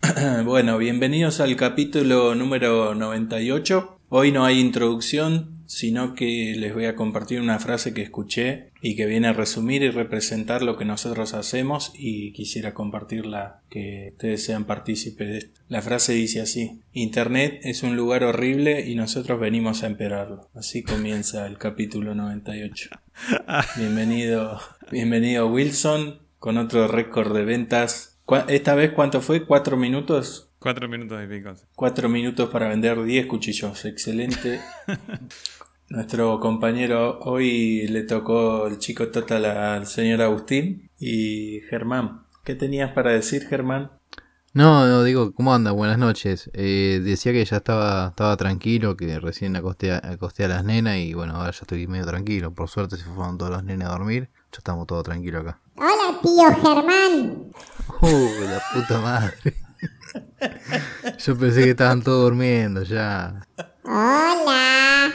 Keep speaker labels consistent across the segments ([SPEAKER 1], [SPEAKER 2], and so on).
[SPEAKER 1] bueno, bienvenidos al capítulo número 98. Hoy no hay introducción, sino que les voy a compartir una frase que escuché y que viene a resumir y representar lo que nosotros hacemos y quisiera compartirla que ustedes sean partícipes de esto. La frase dice así, Internet es un lugar horrible y nosotros venimos a empeorarlo. Así comienza el capítulo 98. Bienvenido, bienvenido Wilson con otro récord de ventas. ¿Esta vez cuánto fue? ¿Cuatro minutos?
[SPEAKER 2] Cuatro minutos y pico.
[SPEAKER 1] Cuatro minutos para vender 10 cuchillos. Excelente. Nuestro compañero hoy le tocó el chico total al señor Agustín y Germán. ¿Qué tenías para decir, Germán?
[SPEAKER 3] No, no, digo, ¿cómo anda? Buenas noches. Eh, decía que ya estaba, estaba tranquilo, que recién acosté a, acosté a las nenas y bueno, ahora ya estoy medio tranquilo. Por suerte se fueron todas las nenas a dormir, ya estamos todos tranquilos acá.
[SPEAKER 4] Hola, tío Germán.
[SPEAKER 3] Uh, la puta madre. Yo pensé que estaban todos durmiendo ya.
[SPEAKER 4] Hola.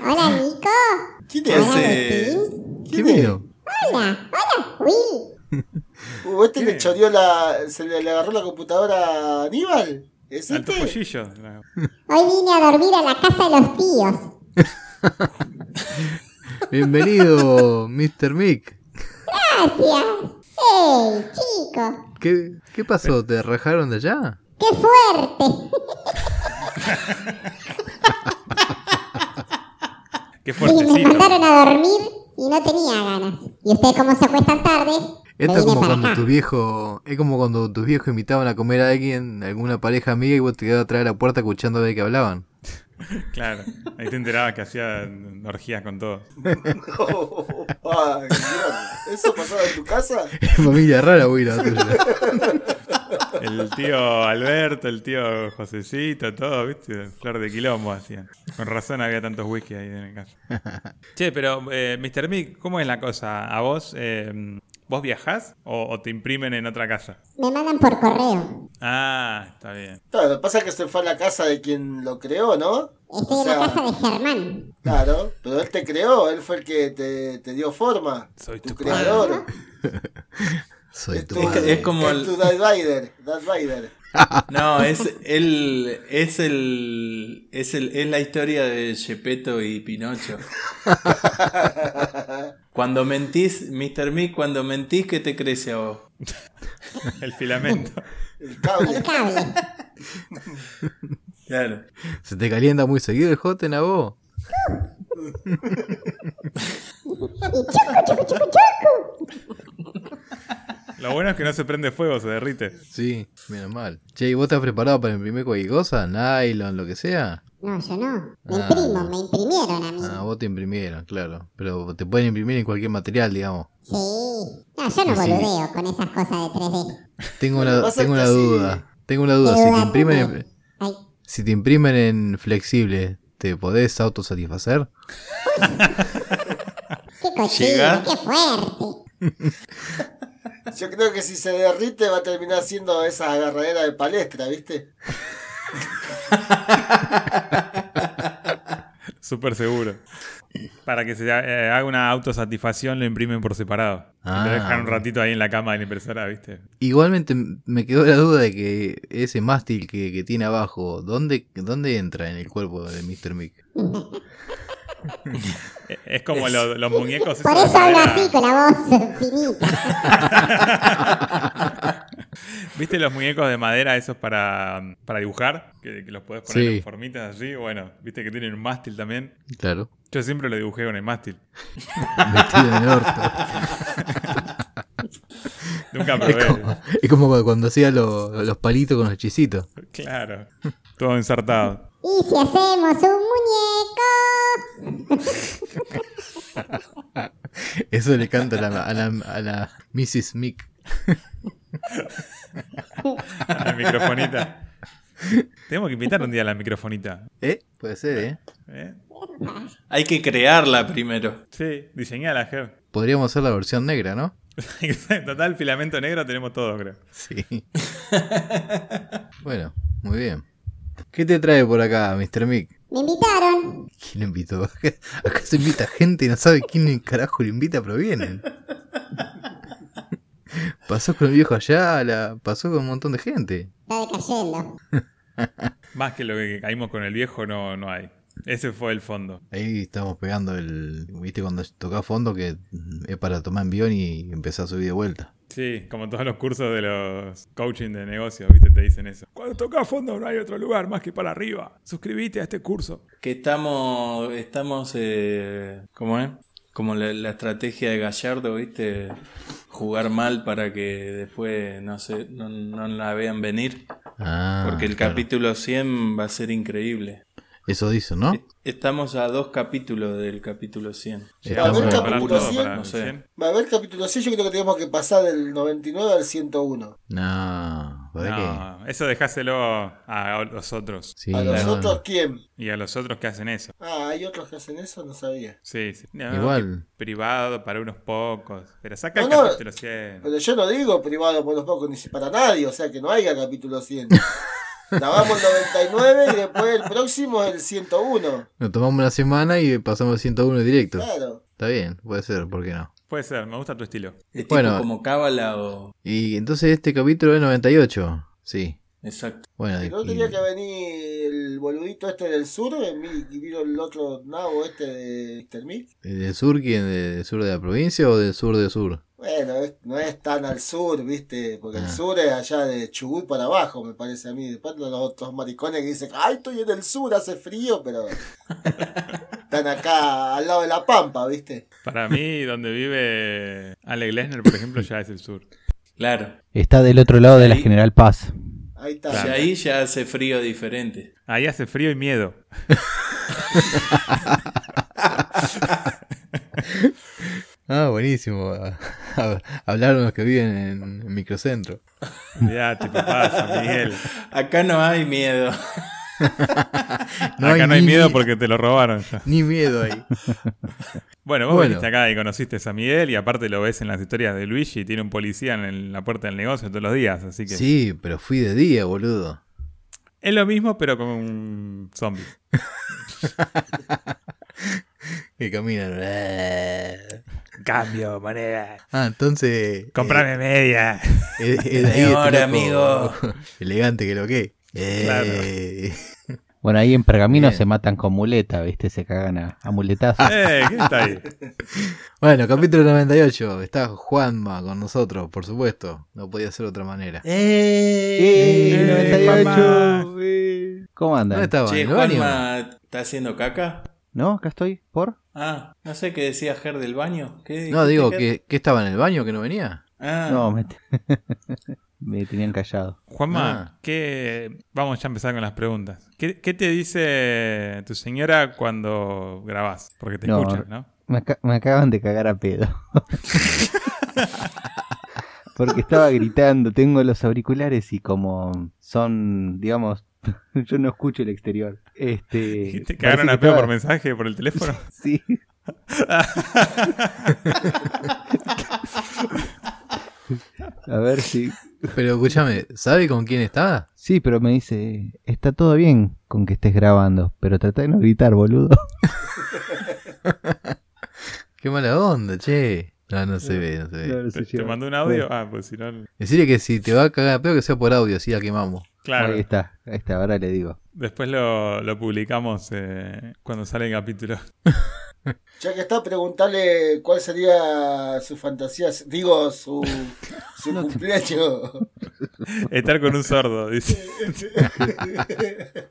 [SPEAKER 4] Hola, Nico.
[SPEAKER 1] ¿Quién
[SPEAKER 4] Hola,
[SPEAKER 1] es?
[SPEAKER 4] Agustín.
[SPEAKER 3] ¿Qué vino?
[SPEAKER 4] Hola, hola, Will.
[SPEAKER 5] Uh, este le choreó la. Se le, le agarró la computadora a Aníbal. ¿Es
[SPEAKER 2] Al
[SPEAKER 5] este?
[SPEAKER 2] topollillo. La-
[SPEAKER 4] Hoy vine a dormir a la casa de los tíos.
[SPEAKER 3] Bienvenido, Mr. Mick.
[SPEAKER 4] Gracias. ¡Ey, chico!
[SPEAKER 3] ¿Qué, ¿Qué pasó? ¿Te rajaron de allá?
[SPEAKER 4] ¡Qué fuerte!
[SPEAKER 2] Qué
[SPEAKER 4] Y me
[SPEAKER 2] fuertecito.
[SPEAKER 4] mandaron a dormir y no tenía ganas. ¿Y ustedes cómo se acuestan tarde?
[SPEAKER 3] Esto
[SPEAKER 4] me
[SPEAKER 3] es como
[SPEAKER 4] vine para
[SPEAKER 3] cuando
[SPEAKER 4] acá.
[SPEAKER 3] tus viejos, es como cuando tus viejos invitaban a comer a alguien, alguna pareja amiga y vos te quedabas atrás de la puerta escuchando a ver qué hablaban.
[SPEAKER 2] Claro. Ahí te enterabas que hacía orgías con todo.
[SPEAKER 5] Ay, Dios. ¿Eso pasaba en tu casa?
[SPEAKER 3] Familia rara, güey, la tuya.
[SPEAKER 2] El tío Alberto, el tío Josecito, todo, ¿viste? Flor de quilombo hacían. Con razón había tantos whisky ahí en el caso. che, pero, eh, Mr. Mick, ¿cómo es la cosa? ¿A vos, eh, vos viajás o, o te imprimen en otra casa?
[SPEAKER 4] Me mandan por correo.
[SPEAKER 2] Ah, está bien.
[SPEAKER 5] Claro, lo que pasa es que se fue a la casa de quien lo creó, ¿no?
[SPEAKER 4] Estoy
[SPEAKER 5] O
[SPEAKER 4] en la
[SPEAKER 5] sea,
[SPEAKER 4] casa de Germán.
[SPEAKER 5] Claro, pero él te creó, él fue el que te, te dio forma.
[SPEAKER 2] Soy
[SPEAKER 5] tu
[SPEAKER 2] tu
[SPEAKER 5] creador. Este,
[SPEAKER 3] Soy tu
[SPEAKER 1] Es que-
[SPEAKER 3] padre.
[SPEAKER 1] es como
[SPEAKER 5] es
[SPEAKER 1] el-
[SPEAKER 5] tu Darth Vader. Darth Vader.
[SPEAKER 1] No, es el es el es el es la historia de Gepetto y Pinocho. Cuando mentís, Mr. Mick, cuando mentís que te crece a vos.
[SPEAKER 2] El filamento.
[SPEAKER 5] El cable.
[SPEAKER 4] El cable.
[SPEAKER 1] Claro.
[SPEAKER 3] ¿Se te calienta muy seguido el joten a vos?
[SPEAKER 4] Y chucu, chucu, chucu, chucu.
[SPEAKER 2] Lo bueno es que no se prende fuego, se derrite.
[SPEAKER 3] Sí, menos mal. Che, ¿y vos estás preparado para imprimir cualquier cosa? ¿Nylon, lo que sea?
[SPEAKER 4] No, yo no. Me
[SPEAKER 3] Ah.
[SPEAKER 4] imprimo, me imprimieron a mí.
[SPEAKER 3] Ah, vos te imprimieron, claro. Pero te pueden imprimir en cualquier material, digamos.
[SPEAKER 4] Sí. No, Ah, yo no
[SPEAKER 3] Sí.
[SPEAKER 4] boludeo con esas cosas de 3D.
[SPEAKER 3] Tengo
[SPEAKER 5] Lo que
[SPEAKER 3] una,
[SPEAKER 5] pasa
[SPEAKER 3] tengo
[SPEAKER 5] es
[SPEAKER 3] una
[SPEAKER 5] que
[SPEAKER 3] duda. Tengo una duda.
[SPEAKER 4] Qué
[SPEAKER 3] Si
[SPEAKER 4] duda
[SPEAKER 3] te imprimen
[SPEAKER 4] tenés.
[SPEAKER 3] en,
[SPEAKER 4] Ay,
[SPEAKER 3] si te imprimen en flexible, ¿te podés autosatisfacer?
[SPEAKER 4] qué cochino,
[SPEAKER 1] Llega.
[SPEAKER 4] qué fuerte.
[SPEAKER 5] Yo creo que si se derrite va a terminar siendo esa agarradera de palestra, ¿viste?
[SPEAKER 2] Súper seguro. Para que se eh, haga una autosatisfacción, lo imprimen por separado. Y
[SPEAKER 3] Ah.
[SPEAKER 2] lo dejan un ratito ahí en la cama de la impresora, ¿viste?
[SPEAKER 3] Igualmente m- me quedó la duda de que ese mástil que, que tiene abajo, ¿dónde, ¿dónde entra en el cuerpo de Mr. Mick?
[SPEAKER 2] Eh, Es como lo- los muñecos.
[SPEAKER 4] Por
[SPEAKER 2] esos de
[SPEAKER 4] eso hablo
[SPEAKER 2] madera.
[SPEAKER 4] así, con la voz finita.
[SPEAKER 2] ¿Viste los muñecos de madera esos para, para dibujar? Que, que los podés poner
[SPEAKER 3] Sí.
[SPEAKER 2] en formitas así. Bueno, viste que tienen un mástil también.
[SPEAKER 3] Claro.
[SPEAKER 2] Yo siempre lo dibujé con el mástil.
[SPEAKER 3] Metido en el orto.
[SPEAKER 2] Nunca
[SPEAKER 3] Es
[SPEAKER 2] probé.
[SPEAKER 3] como, es como cuando hacía lo- los palitos con los hechicitos.
[SPEAKER 2] Claro. Todo ensartado.
[SPEAKER 4] Y si hacemos un muñeco.
[SPEAKER 3] Eso le canta a la, a la- a la Mrs. Mick.
[SPEAKER 2] La microfonita. Tenemos que invitar un día a la microfonita.
[SPEAKER 3] ¿Eh? Puede ser, ¿eh?
[SPEAKER 2] ¿eh?
[SPEAKER 1] Hay que crearla primero.
[SPEAKER 2] Sí, diseñala, Ger.
[SPEAKER 3] Podríamos hacer la versión negra, ¿no?
[SPEAKER 2] Total, filamento negro tenemos todo, creo.
[SPEAKER 3] Sí. bueno, muy bien. ¿Qué te trae por acá, Mr. Mick?
[SPEAKER 4] Me invitaron.
[SPEAKER 3] ¿Quién lo invitó? Acá se invita gente y no sabe quién el carajo lo invita, pero vienen. Pasó con el viejo Ayala, pasó con un montón de gente.
[SPEAKER 4] Está decayendo.
[SPEAKER 2] Más que lo que caímos con el viejo, no, no hay. Ese fue el fondo.
[SPEAKER 3] Ahí estamos pegando el. ¿Viste cuando toca fondo que es para tomar envión y empezar a subir de vuelta?
[SPEAKER 2] Sí, como todos los cursos de los coaching de negocios, ¿viste? Te dicen eso. Cuando toca fondo no hay otro lugar más que para arriba. Suscribite a este curso.
[SPEAKER 1] Que estamos, estamos, eh, ¿cómo es? Como la, la estrategia de Gallardo, ¿viste? Jugar mal para que después no, se, no, no la vean venir.
[SPEAKER 3] Ah,
[SPEAKER 1] Porque el
[SPEAKER 3] claro.
[SPEAKER 1] capítulo 100 va a ser increíble.
[SPEAKER 3] Eso dice, ¿no?
[SPEAKER 1] E- Estamos a dos capítulos del capítulo 100.
[SPEAKER 5] Para
[SPEAKER 3] Estamos en
[SPEAKER 5] el
[SPEAKER 3] el
[SPEAKER 2] Para
[SPEAKER 5] capítulo
[SPEAKER 2] todo,
[SPEAKER 5] 100.
[SPEAKER 2] para
[SPEAKER 1] No sé.
[SPEAKER 2] 100.
[SPEAKER 5] Va a haber capítulo 6, yo creo que tenemos que pasar del 99 al 101.
[SPEAKER 3] No, ¿para Pues qué?
[SPEAKER 2] No, eso dejáselo a los otros.
[SPEAKER 3] Sí,
[SPEAKER 5] ¿A los
[SPEAKER 3] no,
[SPEAKER 5] otros quién?
[SPEAKER 2] Y a los otros que hacen eso.
[SPEAKER 5] Ah, hay otros que hacen eso, no sabía.
[SPEAKER 2] Sí, sí. No,
[SPEAKER 3] Igual.
[SPEAKER 2] que Privado para unos pocos. Pero saca el
[SPEAKER 5] No, no.
[SPEAKER 2] capítulo 100.
[SPEAKER 5] Pero yo no digo privado por los pocos ni si para nadie, o sea que no haya capítulo 100. Grabamos el 99 y después el próximo es el 101.
[SPEAKER 3] Nos tomamos una semana y pasamos al 101 directo.
[SPEAKER 5] Claro.
[SPEAKER 3] Está bien, puede ser, ¿por qué no?
[SPEAKER 2] Puede ser, me gusta tu estilo.
[SPEAKER 1] Es tipo
[SPEAKER 3] Bueno.
[SPEAKER 1] como cábala o...
[SPEAKER 3] Y entonces este capítulo es 98. Sí.
[SPEAKER 1] Exacto.
[SPEAKER 3] Bueno,
[SPEAKER 5] Y no
[SPEAKER 3] y-
[SPEAKER 5] tenía que venir el boludito este del sur en mí, y vino el otro nabo este de Termit.
[SPEAKER 3] ¿Del sur quién? ¿De- ¿Del sur de la provincia o del sur de sur?
[SPEAKER 5] Bueno, es- no es tan al sur, viste, porque el
[SPEAKER 3] Ah.
[SPEAKER 5] sur es allá de Chubut para abajo, me parece a mí. Después los otros maricones que dicen, ay, estoy en el sur, hace frío, pero están acá al lado de la pampa, viste.
[SPEAKER 2] Para mí, donde vive Ale Glesner, por ejemplo, ya es el sur.
[SPEAKER 1] Claro.
[SPEAKER 6] Está del otro lado de la
[SPEAKER 1] Ahí.
[SPEAKER 6] General Paz.
[SPEAKER 5] Ahí está.
[SPEAKER 1] Y ahí ya hace frío diferente.
[SPEAKER 2] Ahí hace frío y miedo.
[SPEAKER 3] Ah, buenísimo. Hablaron los que viven en, en microcentro.
[SPEAKER 2] Ya, te pasa, Miguel.
[SPEAKER 1] Acá no hay miedo.
[SPEAKER 3] No
[SPEAKER 2] Acá
[SPEAKER 3] hay
[SPEAKER 2] no hay
[SPEAKER 3] ni-
[SPEAKER 2] miedo porque te lo robaron ya.
[SPEAKER 3] Ni miedo ahí.
[SPEAKER 2] Bueno, vos
[SPEAKER 3] Bueno.
[SPEAKER 2] viniste acá y conociste a Miguel y aparte lo ves en las historias de Luigi, tiene un policía en el- la puerta del negocio todos los días, así que
[SPEAKER 3] Sí, pero fui de día, boludo.
[SPEAKER 2] es lo mismo pero con un zombie.
[SPEAKER 3] Que caminan.
[SPEAKER 2] Cambio, moneda.
[SPEAKER 3] Ah, entonces.
[SPEAKER 2] Comprame media.
[SPEAKER 3] eh, es- es de ahí este
[SPEAKER 1] Ahora,
[SPEAKER 3] loco
[SPEAKER 1] amigo.
[SPEAKER 3] Elegante que lo que. Eh,
[SPEAKER 6] Bueno, ahí en Pergamino
[SPEAKER 3] Bien.
[SPEAKER 6] se matan con muleta, ¿viste? Se cagan a, a muletazos.
[SPEAKER 2] Eh, ¿quién está ahí?
[SPEAKER 3] Bueno, capítulo 98. Está Juanma con nosotros, por supuesto. No podía ser de otra manera.
[SPEAKER 6] ¡Eh,
[SPEAKER 2] eh,
[SPEAKER 6] 98! ¿Cómo
[SPEAKER 3] ¿Dónde
[SPEAKER 6] andan?
[SPEAKER 3] estaba?
[SPEAKER 1] Che,
[SPEAKER 3] ¿En el baño?
[SPEAKER 1] Juanma, ¿está haciendo caca?
[SPEAKER 6] ¿No? ¿Acá estoy? ¿Por?
[SPEAKER 1] Ah, no sé qué decía Ger del baño. ¿Qué
[SPEAKER 3] No,
[SPEAKER 1] dijiste,
[SPEAKER 3] digo,
[SPEAKER 1] Ger?
[SPEAKER 3] que, que estaba en el baño que no venía.
[SPEAKER 1] Ah,
[SPEAKER 6] No, me, me tenían callado.
[SPEAKER 2] Juanma,
[SPEAKER 3] Ah.
[SPEAKER 2] ¿qué... vamos ya a empezar con las preguntas. ¿Qué, qué te dice tu señora cuando grabás? Porque te
[SPEAKER 6] No.
[SPEAKER 2] escucha, ¿no?
[SPEAKER 6] Me, aca- me acaban de cagar a pedo. Porque estaba gritando, tengo los auriculares y como son, digamos, yo no escucho el exterior. Este,
[SPEAKER 2] ¿Y te
[SPEAKER 6] parece
[SPEAKER 2] cagaron
[SPEAKER 6] que
[SPEAKER 2] a pedo
[SPEAKER 6] estaba-
[SPEAKER 2] por mensaje, por el teléfono?
[SPEAKER 6] Sí. A ver si.
[SPEAKER 3] Pero escúchame, ¿sabe con quién estaba?
[SPEAKER 6] Sí, pero me dice: Está todo bien con que estés grabando, pero trata de no gritar, boludo.
[SPEAKER 3] Qué mala onda, che. No, no se ve, no se ve.
[SPEAKER 6] No, no se
[SPEAKER 2] ¿Te, te
[SPEAKER 6] lleva.
[SPEAKER 2] mandó un audio? Ah, pues si no...
[SPEAKER 3] Decirle que si te va a cagar a pedo que sea por audio, si la quemamos.
[SPEAKER 2] Claro.
[SPEAKER 6] Ahí está, ahí está, ahora le digo.
[SPEAKER 2] Después lo, lo publicamos eh, cuando sale el capítulo.
[SPEAKER 5] Ya que está, preguntarle cuál sería su fantasía, digo, su, su cumpleaños.
[SPEAKER 2] Estar con un sordo, dice.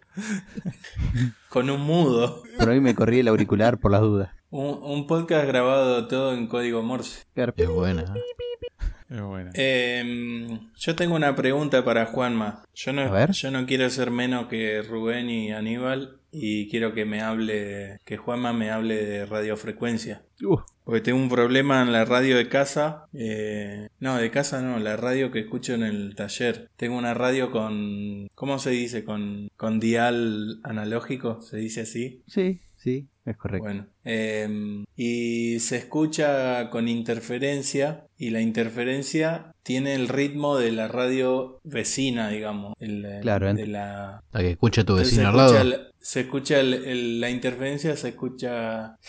[SPEAKER 1] con un mudo.
[SPEAKER 6] Por ahí me corrí el auricular por las dudas.
[SPEAKER 1] Un, un podcast grabado todo en código Morse.
[SPEAKER 3] Es buena. ¿eh?
[SPEAKER 2] Es buena.
[SPEAKER 1] Em, yo tengo una pregunta para Juanma. Yo
[SPEAKER 6] A
[SPEAKER 1] no,
[SPEAKER 6] ver.
[SPEAKER 1] yo no quiero ser menos que Rubén y Aníbal y quiero que me hable, que Juanma me hable de radiofrecuencia.
[SPEAKER 6] Uh,
[SPEAKER 1] Porque tengo un problema en la radio de casa. eh, no, de casa no, la radio que escucho en el taller. Tengo una radio con, ¿cómo se dice? Con, con dial analógico, se dice así.
[SPEAKER 6] sí, sí, es correcto.
[SPEAKER 1] Bueno, eh, y se escucha con interferencia y la interferencia tiene el ritmo de la radio vecina, digamos. El, eh,
[SPEAKER 6] Claro,
[SPEAKER 1] de
[SPEAKER 6] ent-
[SPEAKER 1] la...
[SPEAKER 3] La que escucha tu
[SPEAKER 1] Entonces
[SPEAKER 3] vecino al
[SPEAKER 1] se
[SPEAKER 3] lado.
[SPEAKER 1] escucha, el- se escucha el- el- la interferencia, se escucha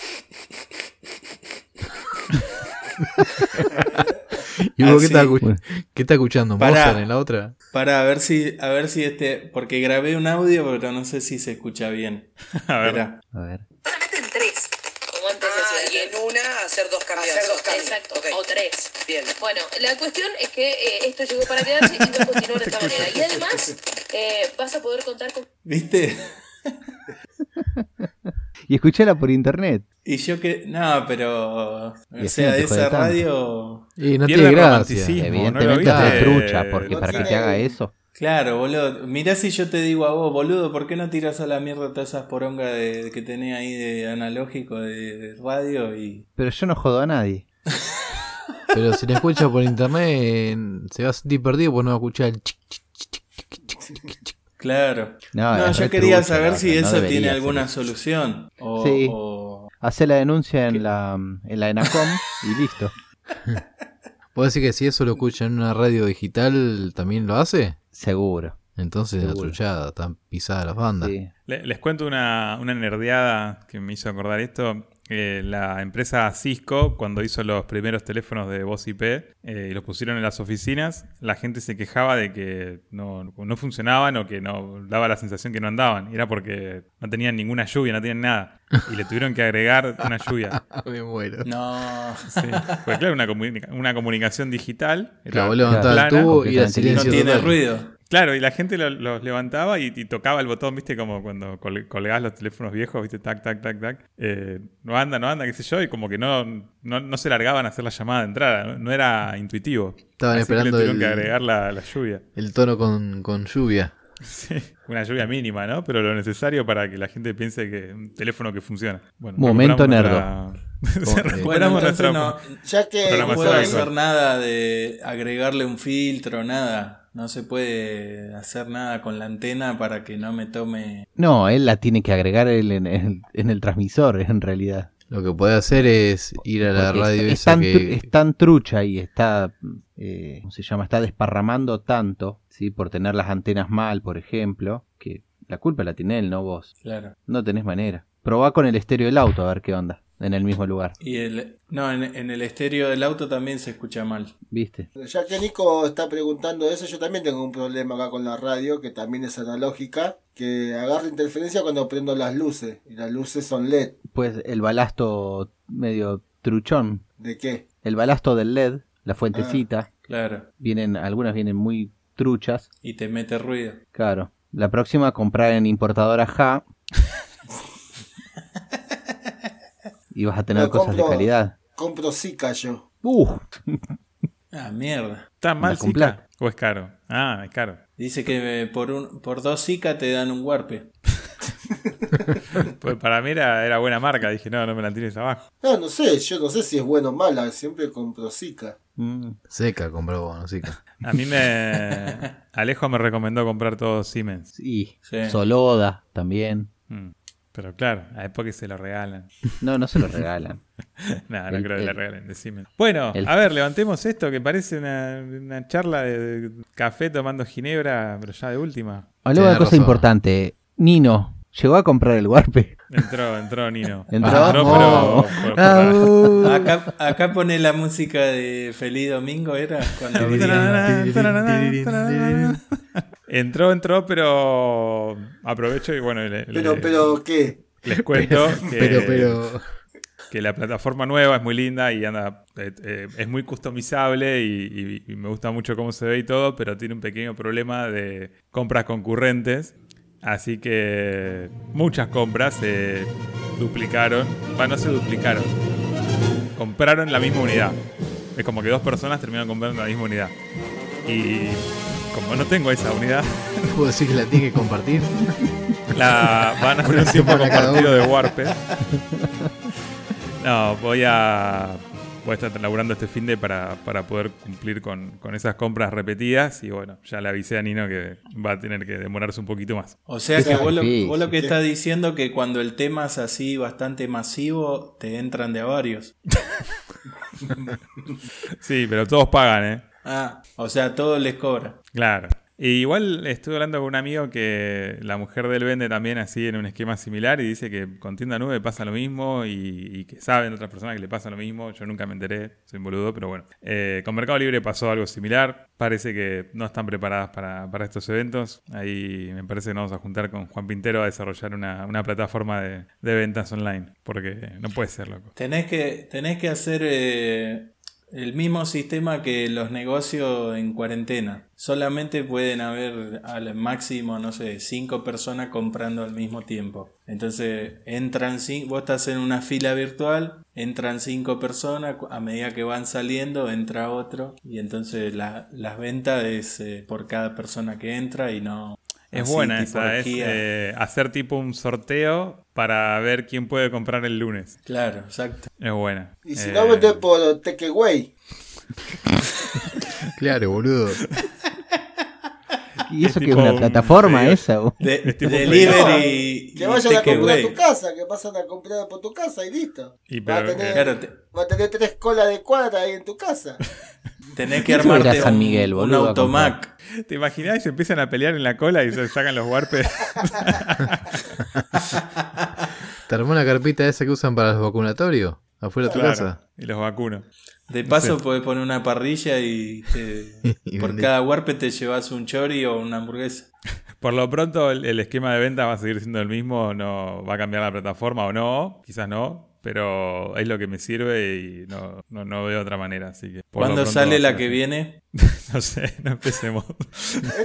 [SPEAKER 3] ¿Y vos qué
[SPEAKER 1] Así.
[SPEAKER 3] estás escuch- qué estás escuchando?
[SPEAKER 1] Pará.
[SPEAKER 3] ¿Mozart en la otra?
[SPEAKER 1] Para a ver si, a ver si este, porque grabé un audio, pero no sé si se escucha bien.
[SPEAKER 2] A ver.
[SPEAKER 1] Esperá.
[SPEAKER 6] A ver.
[SPEAKER 7] en tres.
[SPEAKER 8] Como antes
[SPEAKER 7] Ah,
[SPEAKER 8] hacía, y en una hacer dos cambios.
[SPEAKER 7] Hacer dos cambios.
[SPEAKER 8] Exacto.
[SPEAKER 7] Exacto, o tres.
[SPEAKER 8] Bien.
[SPEAKER 7] Bueno, la cuestión es que eh, esto llegó para quedarse y no continuó de esta manera. Y además, eh, vas a poder contar con
[SPEAKER 1] ¿Viste?
[SPEAKER 6] Y escuchala por internet.
[SPEAKER 1] Y yo que, no, pero,
[SPEAKER 6] Y
[SPEAKER 1] o
[SPEAKER 6] así
[SPEAKER 1] sea,
[SPEAKER 6] no te
[SPEAKER 1] de
[SPEAKER 6] jode
[SPEAKER 1] esa
[SPEAKER 6] tanto.
[SPEAKER 1] radio,
[SPEAKER 3] Y
[SPEAKER 2] Pierde
[SPEAKER 3] no tiene
[SPEAKER 2] el
[SPEAKER 3] gracia.
[SPEAKER 2] romanticismo. Mismo,
[SPEAKER 6] Evidentemente
[SPEAKER 3] ¿no lo
[SPEAKER 6] te
[SPEAKER 3] viste?
[SPEAKER 6] trucha, porque
[SPEAKER 5] No
[SPEAKER 6] para que te
[SPEAKER 5] tiene-
[SPEAKER 6] haga eso.
[SPEAKER 1] claro, boludo, mirá si yo te digo a vos, boludo, ¿por qué no tiras a la mierda todas esas porongas de, que tenés ahí de analógico, de, de radio y...
[SPEAKER 6] Pero yo no jodo a nadie.
[SPEAKER 3] Pero si la escuchas por internet, se va a sentir perdido porque no va a escuchar el chic, chic.
[SPEAKER 1] Claro.
[SPEAKER 6] No,
[SPEAKER 1] no,
[SPEAKER 6] es
[SPEAKER 1] yo
[SPEAKER 6] re
[SPEAKER 1] quería
[SPEAKER 6] trucha,
[SPEAKER 1] saber
[SPEAKER 6] no,
[SPEAKER 1] si
[SPEAKER 6] no
[SPEAKER 1] eso
[SPEAKER 6] debería
[SPEAKER 1] tiene
[SPEAKER 6] ser
[SPEAKER 1] alguna
[SPEAKER 6] eso.
[SPEAKER 1] solución. O,
[SPEAKER 6] Sí.
[SPEAKER 1] o-
[SPEAKER 6] Hacé la denuncia en la, en la ENACOM y listo.
[SPEAKER 3] ¿Puedo decir que si eso lo escucha en una radio digital, también lo hace?
[SPEAKER 6] Seguro.
[SPEAKER 3] Entonces la
[SPEAKER 6] Seguro.
[SPEAKER 3] truchada, están pisadas las bandas.
[SPEAKER 6] Sí.
[SPEAKER 2] Le- Les cuento una, una nerdeada que me hizo acordar esto. Eh, la empresa Cisco, cuando hizo los primeros teléfonos de voz IP eh, y los pusieron en las oficinas, la gente se quejaba de que no, no funcionaban o que no daba la sensación que no andaban. Y Era porque no tenían ninguna lluvia, no tenían nada. Y le tuvieron que agregar una lluvia.
[SPEAKER 3] Me muero.
[SPEAKER 1] No.
[SPEAKER 2] Sí. Porque claro, una, comunica- una comunicación digital. era
[SPEAKER 3] Claro, vos levantás
[SPEAKER 6] Claro,
[SPEAKER 3] el tubo y era
[SPEAKER 6] completamente
[SPEAKER 1] No
[SPEAKER 3] silencio
[SPEAKER 6] limpio.
[SPEAKER 1] tiene
[SPEAKER 3] total.
[SPEAKER 1] ruido.
[SPEAKER 2] Claro, y la gente lo- los levantaba y, y tocaba el botón, viste, como cuando col- colgás los teléfonos viejos, viste, tac, tac, tac, tac. Eh, no anda, no anda, qué sé yo, y como que no, no, no se largaban a hacer la llamada de entrada, no, no era intuitivo.
[SPEAKER 3] Estaban
[SPEAKER 2] Así
[SPEAKER 3] esperando
[SPEAKER 2] que le tuvieron
[SPEAKER 3] el-
[SPEAKER 2] que agregar la, la lluvia.
[SPEAKER 3] El tono con, con lluvia.
[SPEAKER 2] Sí, una lluvia mínima, ¿no? Pero lo necesario para que la gente piense que un teléfono que funciona. Bueno,
[SPEAKER 6] Momento
[SPEAKER 2] recuperamos nuestra-
[SPEAKER 3] Bueno,
[SPEAKER 1] Bueno,
[SPEAKER 2] recuperamos nuestra...
[SPEAKER 1] entonces no,
[SPEAKER 5] Ya que
[SPEAKER 1] no
[SPEAKER 2] Programación
[SPEAKER 1] puedo
[SPEAKER 2] ahí,
[SPEAKER 1] hacer
[SPEAKER 2] ¿no?
[SPEAKER 1] nada de agregarle un filtro, nada. No se puede hacer nada con la antena para que no me tome.
[SPEAKER 6] No, él la tiene que agregar él en, el, en el transmisor, en realidad.
[SPEAKER 3] Lo que puede hacer es ir a la
[SPEAKER 6] Porque
[SPEAKER 3] radio
[SPEAKER 6] es, es
[SPEAKER 3] esa
[SPEAKER 6] tan, tru-
[SPEAKER 3] que...
[SPEAKER 6] es tan trucha y está, eh, ¿cómo se llama? Está desparramando tanto, ¿sí? Por tener las antenas mal, por ejemplo, que la culpa la tiene él, no vos.
[SPEAKER 1] Claro.
[SPEAKER 6] No tenés manera. Probá con el estéreo del auto a ver qué onda, en el mismo lugar,
[SPEAKER 1] Y el. No, en, en el estéreo del auto también se escucha mal.
[SPEAKER 6] ¿viste?
[SPEAKER 5] Ya que Nico está preguntando eso, yo también tengo un problema acá con la radio, que también es analógica, que agarra interferencia cuando prendo las luces, y las luces son LED.
[SPEAKER 6] Pues el balasto medio truchón,
[SPEAKER 5] ¿De qué?
[SPEAKER 6] el balasto del LED, la fuentecita,
[SPEAKER 1] Ah, Claro.
[SPEAKER 6] vienen, algunas vienen muy truchas,
[SPEAKER 1] Y te mete ruido.
[SPEAKER 6] claro. La próxima comprar en importadora Ja. y vas a tener
[SPEAKER 5] Pero
[SPEAKER 6] cosas de
[SPEAKER 5] compro-
[SPEAKER 6] calidad.
[SPEAKER 5] Compro Zika yo.
[SPEAKER 6] Uh,
[SPEAKER 1] Ah, mierda.
[SPEAKER 2] ¿Está mal,
[SPEAKER 6] la
[SPEAKER 2] Zika?
[SPEAKER 6] complá.
[SPEAKER 2] ¿O es caro? Ah, es caro.
[SPEAKER 1] Dice que eh, por un por dos zika te dan un warpe.
[SPEAKER 2] Pues para mí era, era buena marca, dije, no, no me la tires abajo.
[SPEAKER 5] No, no sé, yo no sé si es bueno o mala, siempre compro Zika.
[SPEAKER 6] mm,
[SPEAKER 3] Seca compró vos, no seca.
[SPEAKER 2] A mí me... Alejo me recomendó comprar todo Siemens.
[SPEAKER 6] sí.
[SPEAKER 1] Sí.
[SPEAKER 6] Soloda también.
[SPEAKER 2] Mm. Pero claro, a porque se lo regalan.
[SPEAKER 6] No, no se lo regalan.
[SPEAKER 2] Nada, no
[SPEAKER 6] El-
[SPEAKER 2] creo que le
[SPEAKER 6] el-
[SPEAKER 2] regalen, decime. Bueno,
[SPEAKER 6] el-
[SPEAKER 2] a ver, levantemos esto que parece una, una charla de de café tomando ginebra, pero ya de última.
[SPEAKER 6] Hablaba de
[SPEAKER 3] Tenés
[SPEAKER 6] cosa
[SPEAKER 3] razón.
[SPEAKER 6] importante. Nino, ¿llegó a comprar el Warpe?
[SPEAKER 2] Entró, entró Nino.
[SPEAKER 6] ¿Entró?
[SPEAKER 2] Ah, pero.
[SPEAKER 6] No.
[SPEAKER 2] por- por-
[SPEAKER 3] Ah, uh.
[SPEAKER 1] Acá, acá pone la música de Feliz Domingo, ¿era? Cuando abría.
[SPEAKER 2] Tararán, tararán, tararán. Entró, entró, pero aprovecho y bueno, le-
[SPEAKER 5] Pero,
[SPEAKER 2] le-
[SPEAKER 5] pero, ¿qué?
[SPEAKER 2] les cuento que,
[SPEAKER 3] Pero, pero...
[SPEAKER 2] que la plataforma nueva es muy linda y anda eh, eh, es muy customizable y, y- y me gusta mucho cómo se ve y todo, pero tiene un pequeño problema de compras concurrentes. Así que muchas compras se duplicaron. Bueno, no se duplicaron. Compraron la misma unidad. Es como que dos personas terminaron comprando la misma unidad. Y como no tengo esa unidad,
[SPEAKER 3] ¿Puedo decir que la tiene que compartir?
[SPEAKER 2] la, van a hacer un tiempo
[SPEAKER 3] semana cada
[SPEAKER 2] compartido de Warped. No, voy a. Voy a estar laburando este fin de para, para poder cumplir con, con esas compras repetidas. Y bueno, ya le avisé a Nino que va a tener que demorarse un poquito más.
[SPEAKER 1] O sea que
[SPEAKER 5] Claro,
[SPEAKER 1] vos lo,
[SPEAKER 6] sí,
[SPEAKER 1] vos lo que
[SPEAKER 5] sí.
[SPEAKER 1] estás diciendo que cuando el tema es así bastante masivo, te entran de a varios.
[SPEAKER 2] Sí, pero todos pagan, ¿eh?
[SPEAKER 1] Ah, o sea, todo les cobra.
[SPEAKER 2] Claro. E igual estuve hablando con un amigo que la mujer del vende también así en un esquema similar y dice que con tienda nube pasa lo mismo y, y que saben otras personas que le pasa lo mismo. Yo nunca me enteré, soy un boludo, pero bueno. Eh, con Mercado Libre pasó algo similar. Parece que no están preparadas para, para estos eventos. Ahí me parece que nos vamos a juntar con Juan Pintero a desarrollar una, una plataforma de, de ventas online. Porque no puede ser, loco.
[SPEAKER 1] Tenés que, tenés que hacer eh, el mismo sistema que los negocios en cuarentena. Solamente pueden haber al máximo, no sé, cinco personas comprando al mismo tiempo. Entonces, entran cinco, vos estás en una fila virtual, entran cinco personas, cu- a medida que van saliendo, entra otro. Y entonces la- las ventas es eh, por cada persona que entra y no...
[SPEAKER 2] Es
[SPEAKER 1] así,
[SPEAKER 2] buena
[SPEAKER 1] tipo
[SPEAKER 2] esa, es
[SPEAKER 1] orgía.
[SPEAKER 2] eh, hacer tipo un sorteo para ver quién puede comprar el lunes.
[SPEAKER 1] Claro, exacto.
[SPEAKER 2] Es buena.
[SPEAKER 5] Y si
[SPEAKER 2] Eh,
[SPEAKER 5] no vende por Tequeway,
[SPEAKER 3] Claro, boludo.
[SPEAKER 6] ¿Y
[SPEAKER 2] Es
[SPEAKER 6] eso que es
[SPEAKER 2] tipo
[SPEAKER 6] una
[SPEAKER 2] un
[SPEAKER 6] plataforma
[SPEAKER 2] pedido.
[SPEAKER 6] esa? vos?
[SPEAKER 1] De-
[SPEAKER 2] Es tipo un
[SPEAKER 5] que
[SPEAKER 1] delivery... y
[SPEAKER 5] vayan a comprar a
[SPEAKER 1] takeaway.
[SPEAKER 5] tu casa, que pasan a comprar por tu casa y listo.
[SPEAKER 2] Y
[SPEAKER 5] Va a
[SPEAKER 2] pero-
[SPEAKER 5] tener-
[SPEAKER 1] Claro, te-
[SPEAKER 5] Va a tener tres colas de cuadra ahí en tu casa.
[SPEAKER 1] Tenés que
[SPEAKER 6] ¿Quién se va a ir a
[SPEAKER 1] armarte
[SPEAKER 6] San
[SPEAKER 1] un,
[SPEAKER 6] Miguel,
[SPEAKER 1] un
[SPEAKER 6] boludo, a
[SPEAKER 1] automac.
[SPEAKER 2] ¿Te imaginás? Se empiezan a pelear en la cola y se sacan los warpes.
[SPEAKER 3] ¿Te armó la carpita esa que usan para los vacunatorios? Afuera de tu
[SPEAKER 2] Claro,
[SPEAKER 3] casa.
[SPEAKER 2] Y los vacuno.
[SPEAKER 1] De paso podés poner una parrilla y te-
[SPEAKER 3] Y
[SPEAKER 1] por
[SPEAKER 3] vendés.
[SPEAKER 1] cada huarpe te llevas un chori o una hamburguesa.
[SPEAKER 2] Por lo pronto, el, el esquema de venta va a seguir siendo el mismo. No va a cambiar la plataforma o no, quizás no. Pero es lo que me sirve y no, no, no veo otra manera. Así que. por lo
[SPEAKER 1] ¿Cuándo
[SPEAKER 2] pronto
[SPEAKER 1] sale
[SPEAKER 2] va a
[SPEAKER 1] la
[SPEAKER 2] ser
[SPEAKER 1] que
[SPEAKER 2] así.
[SPEAKER 1] viene?
[SPEAKER 2] No sé, no empecemos.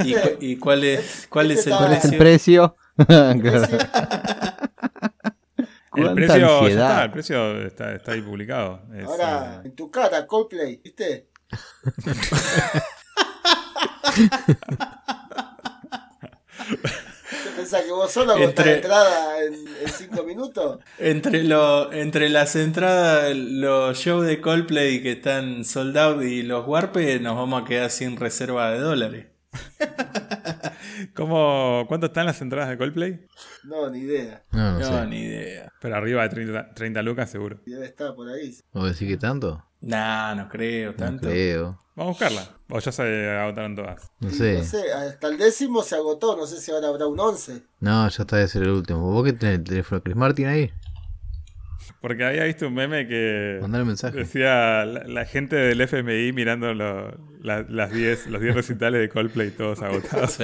[SPEAKER 1] ¿Y, cu- y cuál es, cuál es
[SPEAKER 5] este
[SPEAKER 1] el
[SPEAKER 5] está-
[SPEAKER 6] ¿Cuál es el
[SPEAKER 1] precio?
[SPEAKER 6] precio?
[SPEAKER 5] Precio,
[SPEAKER 2] El
[SPEAKER 6] Cuánta
[SPEAKER 2] precio, ya
[SPEAKER 6] ansiedad.
[SPEAKER 2] está, el precio está, está ahí publicado. Es,
[SPEAKER 5] Ahora,
[SPEAKER 2] eh,
[SPEAKER 5] en tu cara, Coldplay, ¿viste? ¿Te pensás que vos solo agotás
[SPEAKER 1] Entre-
[SPEAKER 5] entrada en, en cinco minutos?
[SPEAKER 1] Entre, lo, entre las entradas, los shows de Coldplay que están sold out y los huarpes, nos vamos a quedar sin reserva de dólares.
[SPEAKER 2] ¿cómo, ¿Cuánto están las entradas de Coldplay?
[SPEAKER 5] No, ni idea.
[SPEAKER 3] No, no,
[SPEAKER 1] No,
[SPEAKER 3] sé.
[SPEAKER 1] ni idea.
[SPEAKER 2] Pero arriba de 30, 30 lucas seguro.
[SPEAKER 5] Debe estar por ahí.
[SPEAKER 3] ¿Vos decís que tanto?
[SPEAKER 1] Nah, no creo
[SPEAKER 3] No
[SPEAKER 1] tanto.
[SPEAKER 3] creo.
[SPEAKER 2] Vamos a buscarla. O ya se agotaron todas.
[SPEAKER 3] No
[SPEAKER 5] Y
[SPEAKER 3] sé.
[SPEAKER 5] No sé, hasta el décimo se agotó. No sé si ahora habrá un once.
[SPEAKER 3] No, ya está de ser el último. ¿Vos qué tenés el teléfono de Chris Martin ahí?
[SPEAKER 2] Porque había visto un meme que
[SPEAKER 3] Mandale un mensaje.
[SPEAKER 2] decía la, la gente del FMI mirando lo- la- las 10 los 10 recitales de Coldplay todos agotados.
[SPEAKER 1] Sí.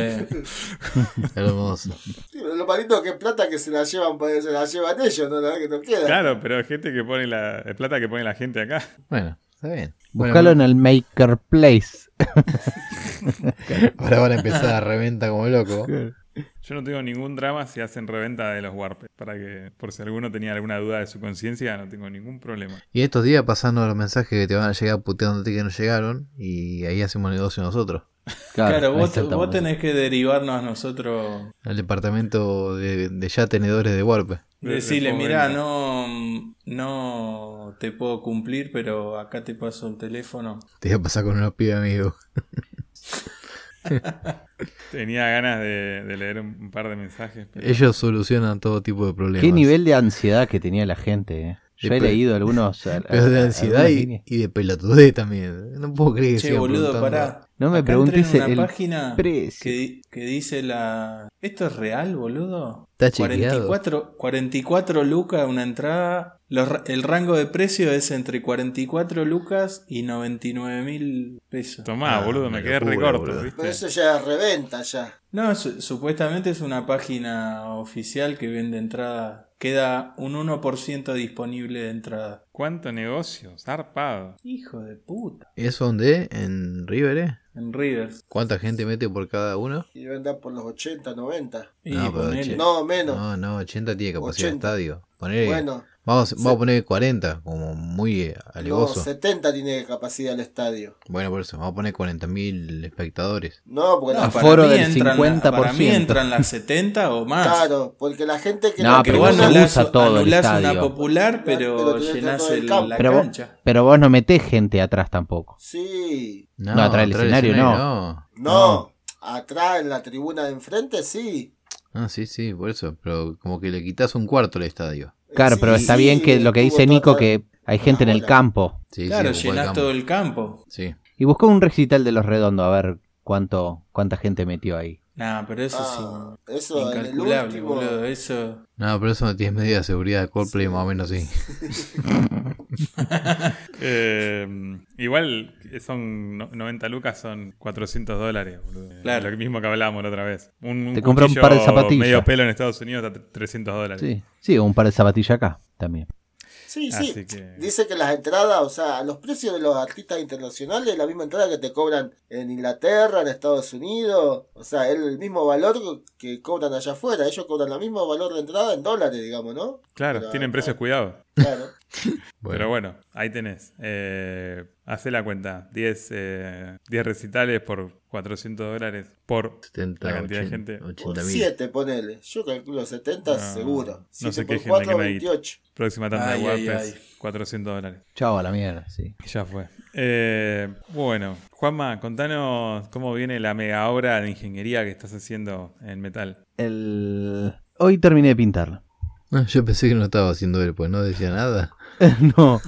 [SPEAKER 3] Hermoso.
[SPEAKER 5] Sí, pero Lo malito que es plata que se la llevan, pues, se la llevan ellos, no la que no queda.
[SPEAKER 2] Claro, pero hay gente que pone la el plata que pone la gente acá.
[SPEAKER 3] Bueno, está bien.
[SPEAKER 6] Buscalo en el Maker Place.
[SPEAKER 3] Ahora van a empezar a reventa como loco.
[SPEAKER 2] Yo no tengo ningún drama si hacen reventa de los warpes, para que por si alguno tenía alguna duda de su conciencia, no tengo ningún problema.
[SPEAKER 3] Y estos días pasando los mensajes que te van a llegar puteándote que no llegaron y ahí hacemos negocio nosotros.
[SPEAKER 1] Claro,
[SPEAKER 6] ahí
[SPEAKER 1] vos,
[SPEAKER 6] está, estamos.
[SPEAKER 1] vos tenés que derivarnos a nosotros
[SPEAKER 3] Al departamento de, de ya tenedores de Warpe.
[SPEAKER 2] De-
[SPEAKER 1] Decirle,
[SPEAKER 2] del pobre
[SPEAKER 1] mirá,
[SPEAKER 2] hombre".
[SPEAKER 1] no, no te puedo cumplir, pero acá te paso el teléfono.
[SPEAKER 3] Te voy a pasar con unos pibes amigos.
[SPEAKER 2] Tenía ganas de, de leer un un par de mensajes. pero-
[SPEAKER 3] Ellos solucionan todo tipo de problemas.
[SPEAKER 6] Qué nivel de ansiedad que tenía la gente. eh. Yo he
[SPEAKER 3] Pero-
[SPEAKER 6] leído algunos. a- a-
[SPEAKER 3] Pero de
[SPEAKER 6] a-
[SPEAKER 3] ansiedad
[SPEAKER 6] algunas
[SPEAKER 3] y,
[SPEAKER 6] líneas.
[SPEAKER 3] y de pelotudez también. No puedo creer que
[SPEAKER 1] Che,
[SPEAKER 3] sigan
[SPEAKER 1] boludo,
[SPEAKER 3] preguntando.
[SPEAKER 1] pará.
[SPEAKER 6] No me
[SPEAKER 1] Acá
[SPEAKER 6] preguntes
[SPEAKER 1] entré en una
[SPEAKER 6] el
[SPEAKER 1] página
[SPEAKER 6] precio.
[SPEAKER 1] que, di- que dice la... ¿Esto es real, boludo?
[SPEAKER 3] Está chequeado.
[SPEAKER 1] 44, 44 lucas una entrada. Los ra- el rango de precio es entre 44 lucas y 99 mil pesos.
[SPEAKER 2] Tomá,
[SPEAKER 3] Ah,
[SPEAKER 2] boludo, me
[SPEAKER 3] una
[SPEAKER 2] quedé
[SPEAKER 3] locura,
[SPEAKER 2] recorto,
[SPEAKER 3] boludo.
[SPEAKER 2] ¿viste?
[SPEAKER 5] Pero eso ya es reventa, ya.
[SPEAKER 1] No, su- supuestamente es una página oficial que vende entrada. Queda un 1% disponible de entrada.
[SPEAKER 2] ¿Cuánto negocio? Zarpado.
[SPEAKER 1] Hijo de puta.
[SPEAKER 3] ¿Eso dónde? ¿En River? eh?
[SPEAKER 1] En Rivers.
[SPEAKER 3] ¿Cuánta gente mete por cada uno?
[SPEAKER 5] Y va a andar por los 80, 90.
[SPEAKER 1] Y
[SPEAKER 3] No, pero
[SPEAKER 1] ponele.
[SPEAKER 3] che.
[SPEAKER 5] No, menos.
[SPEAKER 3] No, no, 80 tiene capacidad
[SPEAKER 5] 80.
[SPEAKER 3] de estadio. Ponele-
[SPEAKER 5] Bueno,
[SPEAKER 3] vamos, vamos
[SPEAKER 5] se-
[SPEAKER 3] a poner 40, como muy eh,
[SPEAKER 5] no,
[SPEAKER 3] alegoso.
[SPEAKER 5] 70 tiene capacidad el estadio.
[SPEAKER 3] Bueno, por eso, vamos a poner 40.000 espectadores.
[SPEAKER 5] No, porque
[SPEAKER 1] No,
[SPEAKER 5] la-
[SPEAKER 1] para
[SPEAKER 6] Aforo
[SPEAKER 1] mí
[SPEAKER 6] del
[SPEAKER 1] entran-
[SPEAKER 6] 50%.
[SPEAKER 1] Para mí entran las 70 o más.
[SPEAKER 5] claro, porque la gente que
[SPEAKER 6] No,
[SPEAKER 5] la
[SPEAKER 1] Que
[SPEAKER 6] pero
[SPEAKER 5] que
[SPEAKER 1] vos
[SPEAKER 6] uno
[SPEAKER 5] una-
[SPEAKER 1] anulás,
[SPEAKER 6] usa todo el
[SPEAKER 1] anulás una
[SPEAKER 6] estadio.
[SPEAKER 1] popular, pero,
[SPEAKER 5] Pero tenés
[SPEAKER 1] llenás
[SPEAKER 5] todo el
[SPEAKER 1] el-
[SPEAKER 5] campo.
[SPEAKER 1] la
[SPEAKER 6] Pero vos,
[SPEAKER 1] cancha.
[SPEAKER 6] pero vos no metés gente atrás tampoco.
[SPEAKER 5] Sí,
[SPEAKER 3] No,
[SPEAKER 6] No, atrás del
[SPEAKER 3] del
[SPEAKER 6] escenario,
[SPEAKER 5] no. Atrás en la tribuna de enfrente, sí.
[SPEAKER 3] no. Ah, sí, sí, por eso. Pero como que le quitas un cuarto al estadio.
[SPEAKER 6] Claro,
[SPEAKER 5] Sí,
[SPEAKER 6] pero está
[SPEAKER 5] sí,
[SPEAKER 6] bien que lo que
[SPEAKER 5] estuvo
[SPEAKER 6] dice
[SPEAKER 5] todo
[SPEAKER 6] Nico,
[SPEAKER 5] atrás.
[SPEAKER 6] que hay gente en el
[SPEAKER 5] bola.
[SPEAKER 6] campo.
[SPEAKER 3] Sí,
[SPEAKER 1] claro,
[SPEAKER 3] sí, ocupó el
[SPEAKER 1] llenás
[SPEAKER 3] campo.
[SPEAKER 1] todo el campo.
[SPEAKER 3] Sí.
[SPEAKER 6] Y buscó un recital de los redondos, a ver cuánto, cuánta gente metió ahí.
[SPEAKER 1] Nah, pero eso
[SPEAKER 5] Ah,
[SPEAKER 1] es
[SPEAKER 5] eso en el
[SPEAKER 1] incalculable,
[SPEAKER 5] último.
[SPEAKER 1] boludo. Eso.
[SPEAKER 3] No, pero eso no tienes medidas de seguridad de Coldplay, más o menos sí.
[SPEAKER 2] Eh, igual son no- 90 lucas, son 400 dólares. boludo.
[SPEAKER 1] Claro.
[SPEAKER 2] Lo mismo que hablábamos la otra vez. Un,
[SPEAKER 6] Te compras un
[SPEAKER 2] cuchillo
[SPEAKER 6] par de zapatillas.
[SPEAKER 2] Medio pelo en Estados Unidos está 300 dólares.
[SPEAKER 6] Sí, sí, un par de zapatillas acá también.
[SPEAKER 5] Sí,
[SPEAKER 2] Así
[SPEAKER 5] sí.
[SPEAKER 2] que-
[SPEAKER 5] Dice que las entradas, o sea, los precios de los artistas internacionales, la misma entrada que te cobran en Inglaterra, en Estados Unidos, o sea, es el mismo valor que cobran allá afuera. Ellos cobran el mismo valor de entrada en dólares, digamos, ¿no?
[SPEAKER 2] Claro,
[SPEAKER 5] Pero-
[SPEAKER 2] tienen precios cuidados.
[SPEAKER 5] Claro.
[SPEAKER 3] Bueno,
[SPEAKER 2] Pero bueno, ahí tenés. Eh, hacé la cuenta. 10, eh, 10 recitales por 400 dólares por
[SPEAKER 3] 70,
[SPEAKER 2] la cantidad de
[SPEAKER 3] 80,
[SPEAKER 2] gente.
[SPEAKER 3] 80
[SPEAKER 5] Por
[SPEAKER 3] mil.
[SPEAKER 5] 7, ponele. Yo calculo 70
[SPEAKER 2] No,
[SPEAKER 5] seguro.
[SPEAKER 2] no sé
[SPEAKER 5] 7
[SPEAKER 2] qué
[SPEAKER 5] por
[SPEAKER 2] gente
[SPEAKER 5] 4,
[SPEAKER 2] que me ha dicho.
[SPEAKER 5] 28.
[SPEAKER 2] próxima tanda
[SPEAKER 1] Ay,
[SPEAKER 2] de
[SPEAKER 1] ay,
[SPEAKER 2] guapes,
[SPEAKER 1] ay.
[SPEAKER 2] 400 dólares.
[SPEAKER 6] Chao a la mierda, sí.
[SPEAKER 2] Y Ya fue. Eh, bueno, Juanma, contanos cómo viene la mega obra de ingeniería que estás haciendo en metal.
[SPEAKER 6] El... Hoy terminé de pintarla.
[SPEAKER 3] Ah, yo pensé que no estaba haciendo él, pues no decía nada.
[SPEAKER 6] no,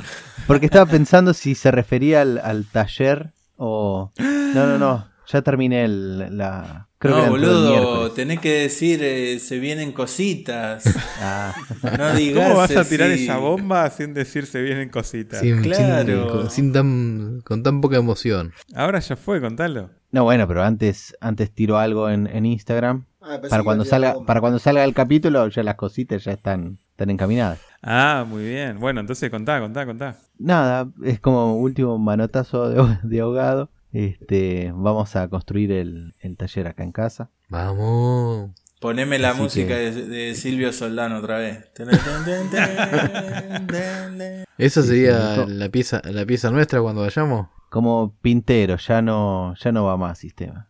[SPEAKER 6] porque estaba pensando si se refería al, al taller o... No, no, no, ya terminé el- la... Creo que
[SPEAKER 1] no,
[SPEAKER 6] era dentro del
[SPEAKER 1] boludo,
[SPEAKER 6] miércoles.
[SPEAKER 1] tenés que decir, eh, se vienen cositas.
[SPEAKER 6] Ah,
[SPEAKER 1] No eh, digas.
[SPEAKER 2] ¿Cómo vas a tirar
[SPEAKER 1] así.
[SPEAKER 2] esa bomba sin decirse bien en cositas?
[SPEAKER 3] Sin, sin-
[SPEAKER 1] Claro.
[SPEAKER 3] con, sin tan, con tan poca emoción.
[SPEAKER 2] Ahora ya fue, contalo.
[SPEAKER 6] no, bueno, pero antes, antes tiro algo en, en Instagram.
[SPEAKER 5] Ah, pensé
[SPEAKER 6] Para
[SPEAKER 5] que iba a
[SPEAKER 6] cuando,
[SPEAKER 5] tirar
[SPEAKER 6] salga,
[SPEAKER 5] bomba.
[SPEAKER 6] para cuando salga el capítulo ya las cositas ya están, están encaminadas.
[SPEAKER 2] Ah, muy bien. Bueno, entonces contá, contá, contá.
[SPEAKER 6] nada, es como último manotazo de, de ahogado. Este, vamos a construir el, el taller acá en casa.
[SPEAKER 3] Vamos.
[SPEAKER 1] Poneme la
[SPEAKER 6] Así
[SPEAKER 1] música
[SPEAKER 6] que-
[SPEAKER 1] de, de Silvio Soldano otra vez. Tan, tan, tan, tan, tan, tan.
[SPEAKER 3] Esa
[SPEAKER 6] Sí,
[SPEAKER 3] sería
[SPEAKER 6] sí, no.
[SPEAKER 3] la pieza, la pieza nuestra cuando vayamos.
[SPEAKER 6] Como pintero, ya no, ya no va más sistema.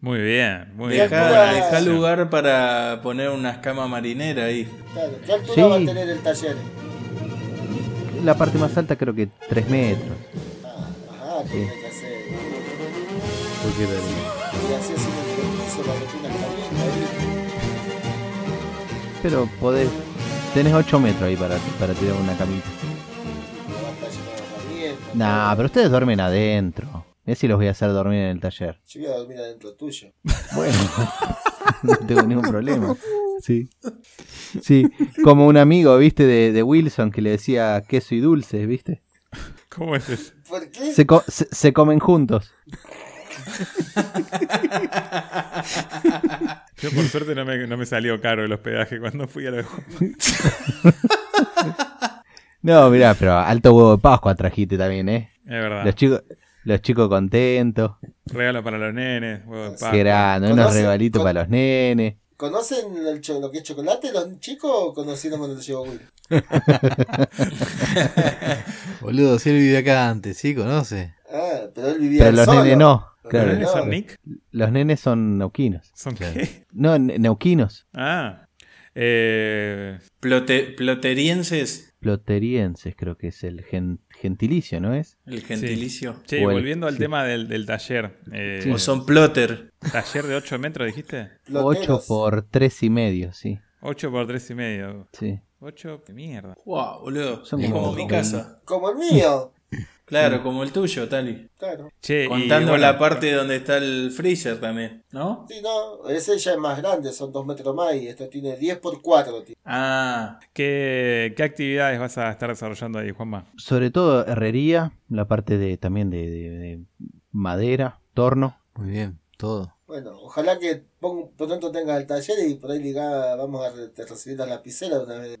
[SPEAKER 2] Muy bien, muy bien.
[SPEAKER 1] Dejá,
[SPEAKER 5] Bien,
[SPEAKER 1] dejá
[SPEAKER 5] pues.
[SPEAKER 1] lugar para poner unas camas marineras ahí.
[SPEAKER 5] Claro, ¿Qué altura
[SPEAKER 6] Sí.
[SPEAKER 5] va a tener el taller?
[SPEAKER 6] La parte más alta creo que 3 metros.
[SPEAKER 5] Ah, ajá, ¿qué tiene que hacer?
[SPEAKER 3] Porque era-
[SPEAKER 5] Y así así en el piso para que tenga camino ahí.
[SPEAKER 6] Pero podés, tenés 8 metros ahí para, para tirar una camita.
[SPEAKER 5] y va a estar lleno de herramientas,
[SPEAKER 6] Nah,
[SPEAKER 5] todo.
[SPEAKER 6] pero ustedes duermen adentro. Es si los voy a hacer dormir en el taller.
[SPEAKER 5] Yo voy a dormir adentro tuyo.
[SPEAKER 6] Bueno, no tengo ningún problema. Sí. Sí, como un amigo, viste, de, de Wilson que le decía queso y dulces, viste.
[SPEAKER 2] ¿Cómo es eso?
[SPEAKER 5] ¿Por qué?
[SPEAKER 6] Se, co- se- se comen juntos.
[SPEAKER 2] Yo por suerte no me, no me salió caro el hospedaje cuando fui a la...
[SPEAKER 6] No, mirá, pero alto huevo de Pascua trajiste también, ¿eh?
[SPEAKER 2] Es verdad.
[SPEAKER 6] Los chicos los chicos contentos.
[SPEAKER 2] Regalo para los nenes, huevo de
[SPEAKER 6] Qué
[SPEAKER 2] Pascua.
[SPEAKER 6] grande, unos
[SPEAKER 5] ¿Conoce-
[SPEAKER 6] regalitos
[SPEAKER 5] con-
[SPEAKER 6] para los nenes.
[SPEAKER 5] ¿Conocen el cho- lo que es chocolate los chicos o conocieron cuando llegó Will?
[SPEAKER 3] Boludo, si él vivió acá antes, ¿sí? ¿Conoce?
[SPEAKER 5] Ah, pero él vivía
[SPEAKER 6] Pero los
[SPEAKER 5] solo.
[SPEAKER 6] nenes no.
[SPEAKER 5] Los
[SPEAKER 2] ¿Los
[SPEAKER 6] Claro,
[SPEAKER 2] nenes son
[SPEAKER 5] no.
[SPEAKER 2] Nick?
[SPEAKER 6] los nenes son neuquinos.
[SPEAKER 2] ¿Son
[SPEAKER 3] Claro.
[SPEAKER 2] qué?
[SPEAKER 6] No, ne- neuquinos,
[SPEAKER 2] Ah. Eh,
[SPEAKER 1] Plote- ploterienses,
[SPEAKER 6] loterienses creo que es el gen- gentilicio, ¿no es?
[SPEAKER 1] el gentilicio.
[SPEAKER 2] che,
[SPEAKER 6] Bueno,
[SPEAKER 2] volviendo al
[SPEAKER 6] sí.
[SPEAKER 2] tema del, del taller. eh,
[SPEAKER 6] Sí.
[SPEAKER 1] O son plotter.
[SPEAKER 2] ¿Taller de 8 metros, dijiste?
[SPEAKER 5] Loteros.
[SPEAKER 6] 8 por tres y medio, sí.
[SPEAKER 2] 8 por 3 y medio.
[SPEAKER 6] Sí.
[SPEAKER 2] 8, qué mierda.
[SPEAKER 1] Wow, boludo.
[SPEAKER 6] Son
[SPEAKER 1] es como
[SPEAKER 6] como-
[SPEAKER 1] mi casa.
[SPEAKER 5] Como el mío.
[SPEAKER 1] Claro, como el tuyo, Tali.
[SPEAKER 5] Claro.
[SPEAKER 2] Che, y
[SPEAKER 1] Contando
[SPEAKER 2] bueno,
[SPEAKER 1] la parte donde está el freezer también, ¿no?
[SPEAKER 5] Sí, no, ese ya es más grande, son 2 metros más y esto tiene 10 por 4.
[SPEAKER 1] Ah,
[SPEAKER 2] ¿Qué, ¿Qué actividades vas a estar desarrollando ahí, Juanma?
[SPEAKER 6] Sobre todo herrería, la parte de también de, de- de madera, torno.
[SPEAKER 3] Muy bien, todo.
[SPEAKER 5] Bueno, ojalá que pon- pronto tengas el taller y por ahí ligá, vamos a re- te recibir la lapicera de una vez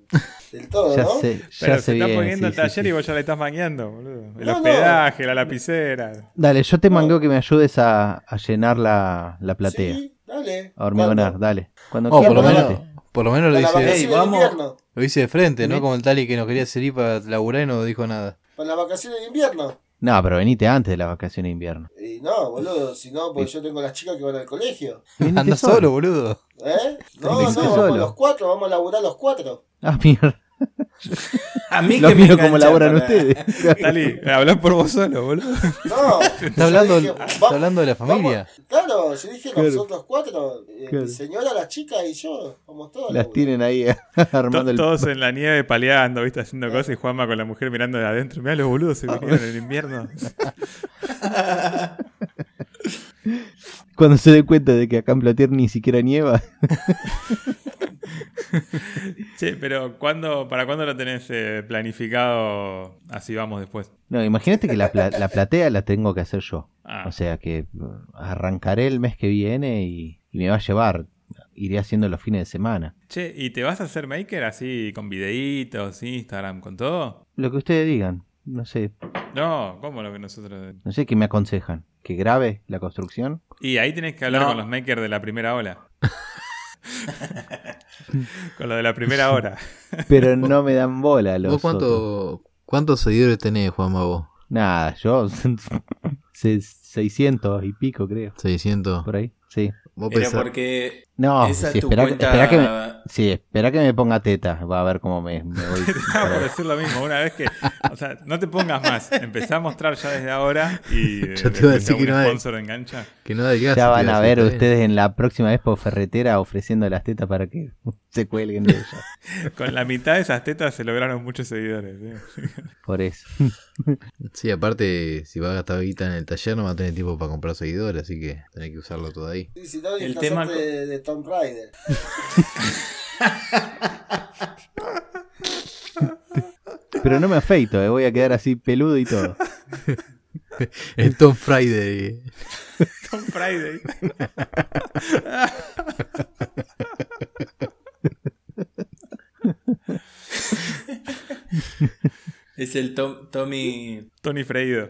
[SPEAKER 5] del todo,
[SPEAKER 6] Ya
[SPEAKER 5] ¿no?
[SPEAKER 6] se, ya
[SPEAKER 2] Pero
[SPEAKER 6] se
[SPEAKER 2] se está
[SPEAKER 6] viene,
[SPEAKER 2] poniendo
[SPEAKER 6] sí,
[SPEAKER 2] el
[SPEAKER 6] sí,
[SPEAKER 2] taller
[SPEAKER 6] sí.
[SPEAKER 2] y vos ya la estás mangueando, boludo. El
[SPEAKER 5] No, no.
[SPEAKER 2] hospedaje, la lapicera.
[SPEAKER 6] Dale, yo te
[SPEAKER 5] No.
[SPEAKER 6] mangueo que me ayudes a, a llenar la, la platea.
[SPEAKER 5] Sí, dale.
[SPEAKER 6] A hormigonar,
[SPEAKER 5] ¿Cuándo?
[SPEAKER 6] dale. Cuando
[SPEAKER 3] Oh, por lo
[SPEAKER 5] claro,
[SPEAKER 6] quieras,
[SPEAKER 3] menos,
[SPEAKER 6] date.
[SPEAKER 3] por lo menos lo
[SPEAKER 5] Para las
[SPEAKER 1] "Hey,
[SPEAKER 3] hice,
[SPEAKER 5] vacaciones
[SPEAKER 1] vamos".
[SPEAKER 5] de invierno.
[SPEAKER 3] lo hice de frente,
[SPEAKER 6] Me-
[SPEAKER 3] ¿no? Como el Tali que nos quería salir para laburar y no dijo nada.
[SPEAKER 5] Para las vacaciones de invierno.
[SPEAKER 6] No, pero venite antes de las vacaciones de invierno.
[SPEAKER 5] Y no, boludo, si no, porque yo tengo las chicas que van al colegio.
[SPEAKER 6] Venite
[SPEAKER 3] Anda solo. boludo.
[SPEAKER 5] ¿Eh? No, no,
[SPEAKER 6] Tenés que ir
[SPEAKER 5] vamos
[SPEAKER 6] solo.
[SPEAKER 5] los cuatro, vamos a laburar los cuatro.
[SPEAKER 6] Ah, mierda.
[SPEAKER 1] a mí
[SPEAKER 6] Los
[SPEAKER 1] que me
[SPEAKER 6] miro como
[SPEAKER 1] enganchan
[SPEAKER 6] laburan
[SPEAKER 1] para-
[SPEAKER 6] ustedes.
[SPEAKER 2] Tali, hablás por vos solo, boludo.
[SPEAKER 5] No, yo
[SPEAKER 3] Está hablando,
[SPEAKER 5] dije,
[SPEAKER 3] está
[SPEAKER 5] va-
[SPEAKER 3] hablando de la familia.
[SPEAKER 5] vamos- claro, yo dije
[SPEAKER 6] Claro.
[SPEAKER 5] nosotros cuatro, eh,
[SPEAKER 6] Claro.
[SPEAKER 5] mi señora, las chicas y yo, vamos todos.
[SPEAKER 6] Las
[SPEAKER 5] boludo.
[SPEAKER 6] tienen ahí armando
[SPEAKER 2] To-
[SPEAKER 6] el... Eh.
[SPEAKER 2] Todos en la nieve paleando, viste, haciendo cosas y Juanma con la mujer mirando de adentro.
[SPEAKER 6] Ah.
[SPEAKER 2] Mirá los boludos se vinieron en el invierno.
[SPEAKER 6] Cuando se dé cuenta de que acá en Platier ni siquiera nieva.
[SPEAKER 2] Che, pero ¿cuándo, ¿para cuándo lo tenés eh, planificado? Así vamos después.
[SPEAKER 6] No, imagínate que la, pla- la platea la tengo que hacer yo.
[SPEAKER 2] Ah,
[SPEAKER 6] O sea que eh, arrancaré el mes que viene y, y me va a llevar. Iré haciendo los fines de semana.
[SPEAKER 2] Che, ¿y te vas a hacer maker así con videitos, Instagram, con todo?
[SPEAKER 6] Lo que ustedes digan. No sé.
[SPEAKER 2] No, ¿cómo lo que nosotros?
[SPEAKER 6] No sé qué me aconsejan. ¿Que grabe la construcción?
[SPEAKER 2] Y ahí tenés que hablar
[SPEAKER 1] No.
[SPEAKER 2] con los makers de la primera ola. con lo de la primera hora.
[SPEAKER 6] Pero no me dan bola los
[SPEAKER 3] ¿Vos
[SPEAKER 6] otros.
[SPEAKER 3] cuánto, cuántos seguidores tenés, Juanma, vos?
[SPEAKER 6] Nada, yo... se- 600 y pico, creo.
[SPEAKER 3] 600.
[SPEAKER 6] Por ahí, sí.
[SPEAKER 3] Vos
[SPEAKER 1] Era
[SPEAKER 3] pensá-
[SPEAKER 1] porque
[SPEAKER 6] No,
[SPEAKER 1] esa
[SPEAKER 6] sí,
[SPEAKER 1] tu
[SPEAKER 6] espera,
[SPEAKER 1] cuenta...
[SPEAKER 6] espera que me... Sí, espera que me ponga teta. Va a ver cómo me, me voy.
[SPEAKER 2] Estaba
[SPEAKER 1] pues.
[SPEAKER 2] por decir lo mismo, una vez que. O sea, no te pongas más. Empezá a mostrar ya desde ahora y. eh,
[SPEAKER 3] Yo te iba a
[SPEAKER 2] después a
[SPEAKER 3] decir que
[SPEAKER 2] un
[SPEAKER 3] no hay.
[SPEAKER 2] sponsor engancha.
[SPEAKER 3] que no adelgaces,
[SPEAKER 6] Ya
[SPEAKER 3] te
[SPEAKER 6] van
[SPEAKER 3] iba
[SPEAKER 6] a
[SPEAKER 3] decir,
[SPEAKER 6] ver
[SPEAKER 3] está bien.
[SPEAKER 6] ustedes en la próxima Expo Ferretera ofreciendo las tetas para que se cuelguen de ellas.
[SPEAKER 2] Con la mitad de esas tetas se lograron muchos seguidores. ¿eh?
[SPEAKER 6] Por eso.
[SPEAKER 3] Sí, aparte, si vas a gastar guita en el taller, no va a tener tiempo para comprar seguidores, así que tenés que usarlo todo ahí.
[SPEAKER 5] Y si no,
[SPEAKER 1] El
[SPEAKER 5] disfrazate
[SPEAKER 1] tema co-
[SPEAKER 5] de, de Tomb Raider.
[SPEAKER 6] Pero no me afeito, eh, voy a quedar así peludo y todo.
[SPEAKER 3] El Tom Friday.
[SPEAKER 2] Tom Friday.
[SPEAKER 1] Es el Tom- Tommy...
[SPEAKER 2] Tony Freido.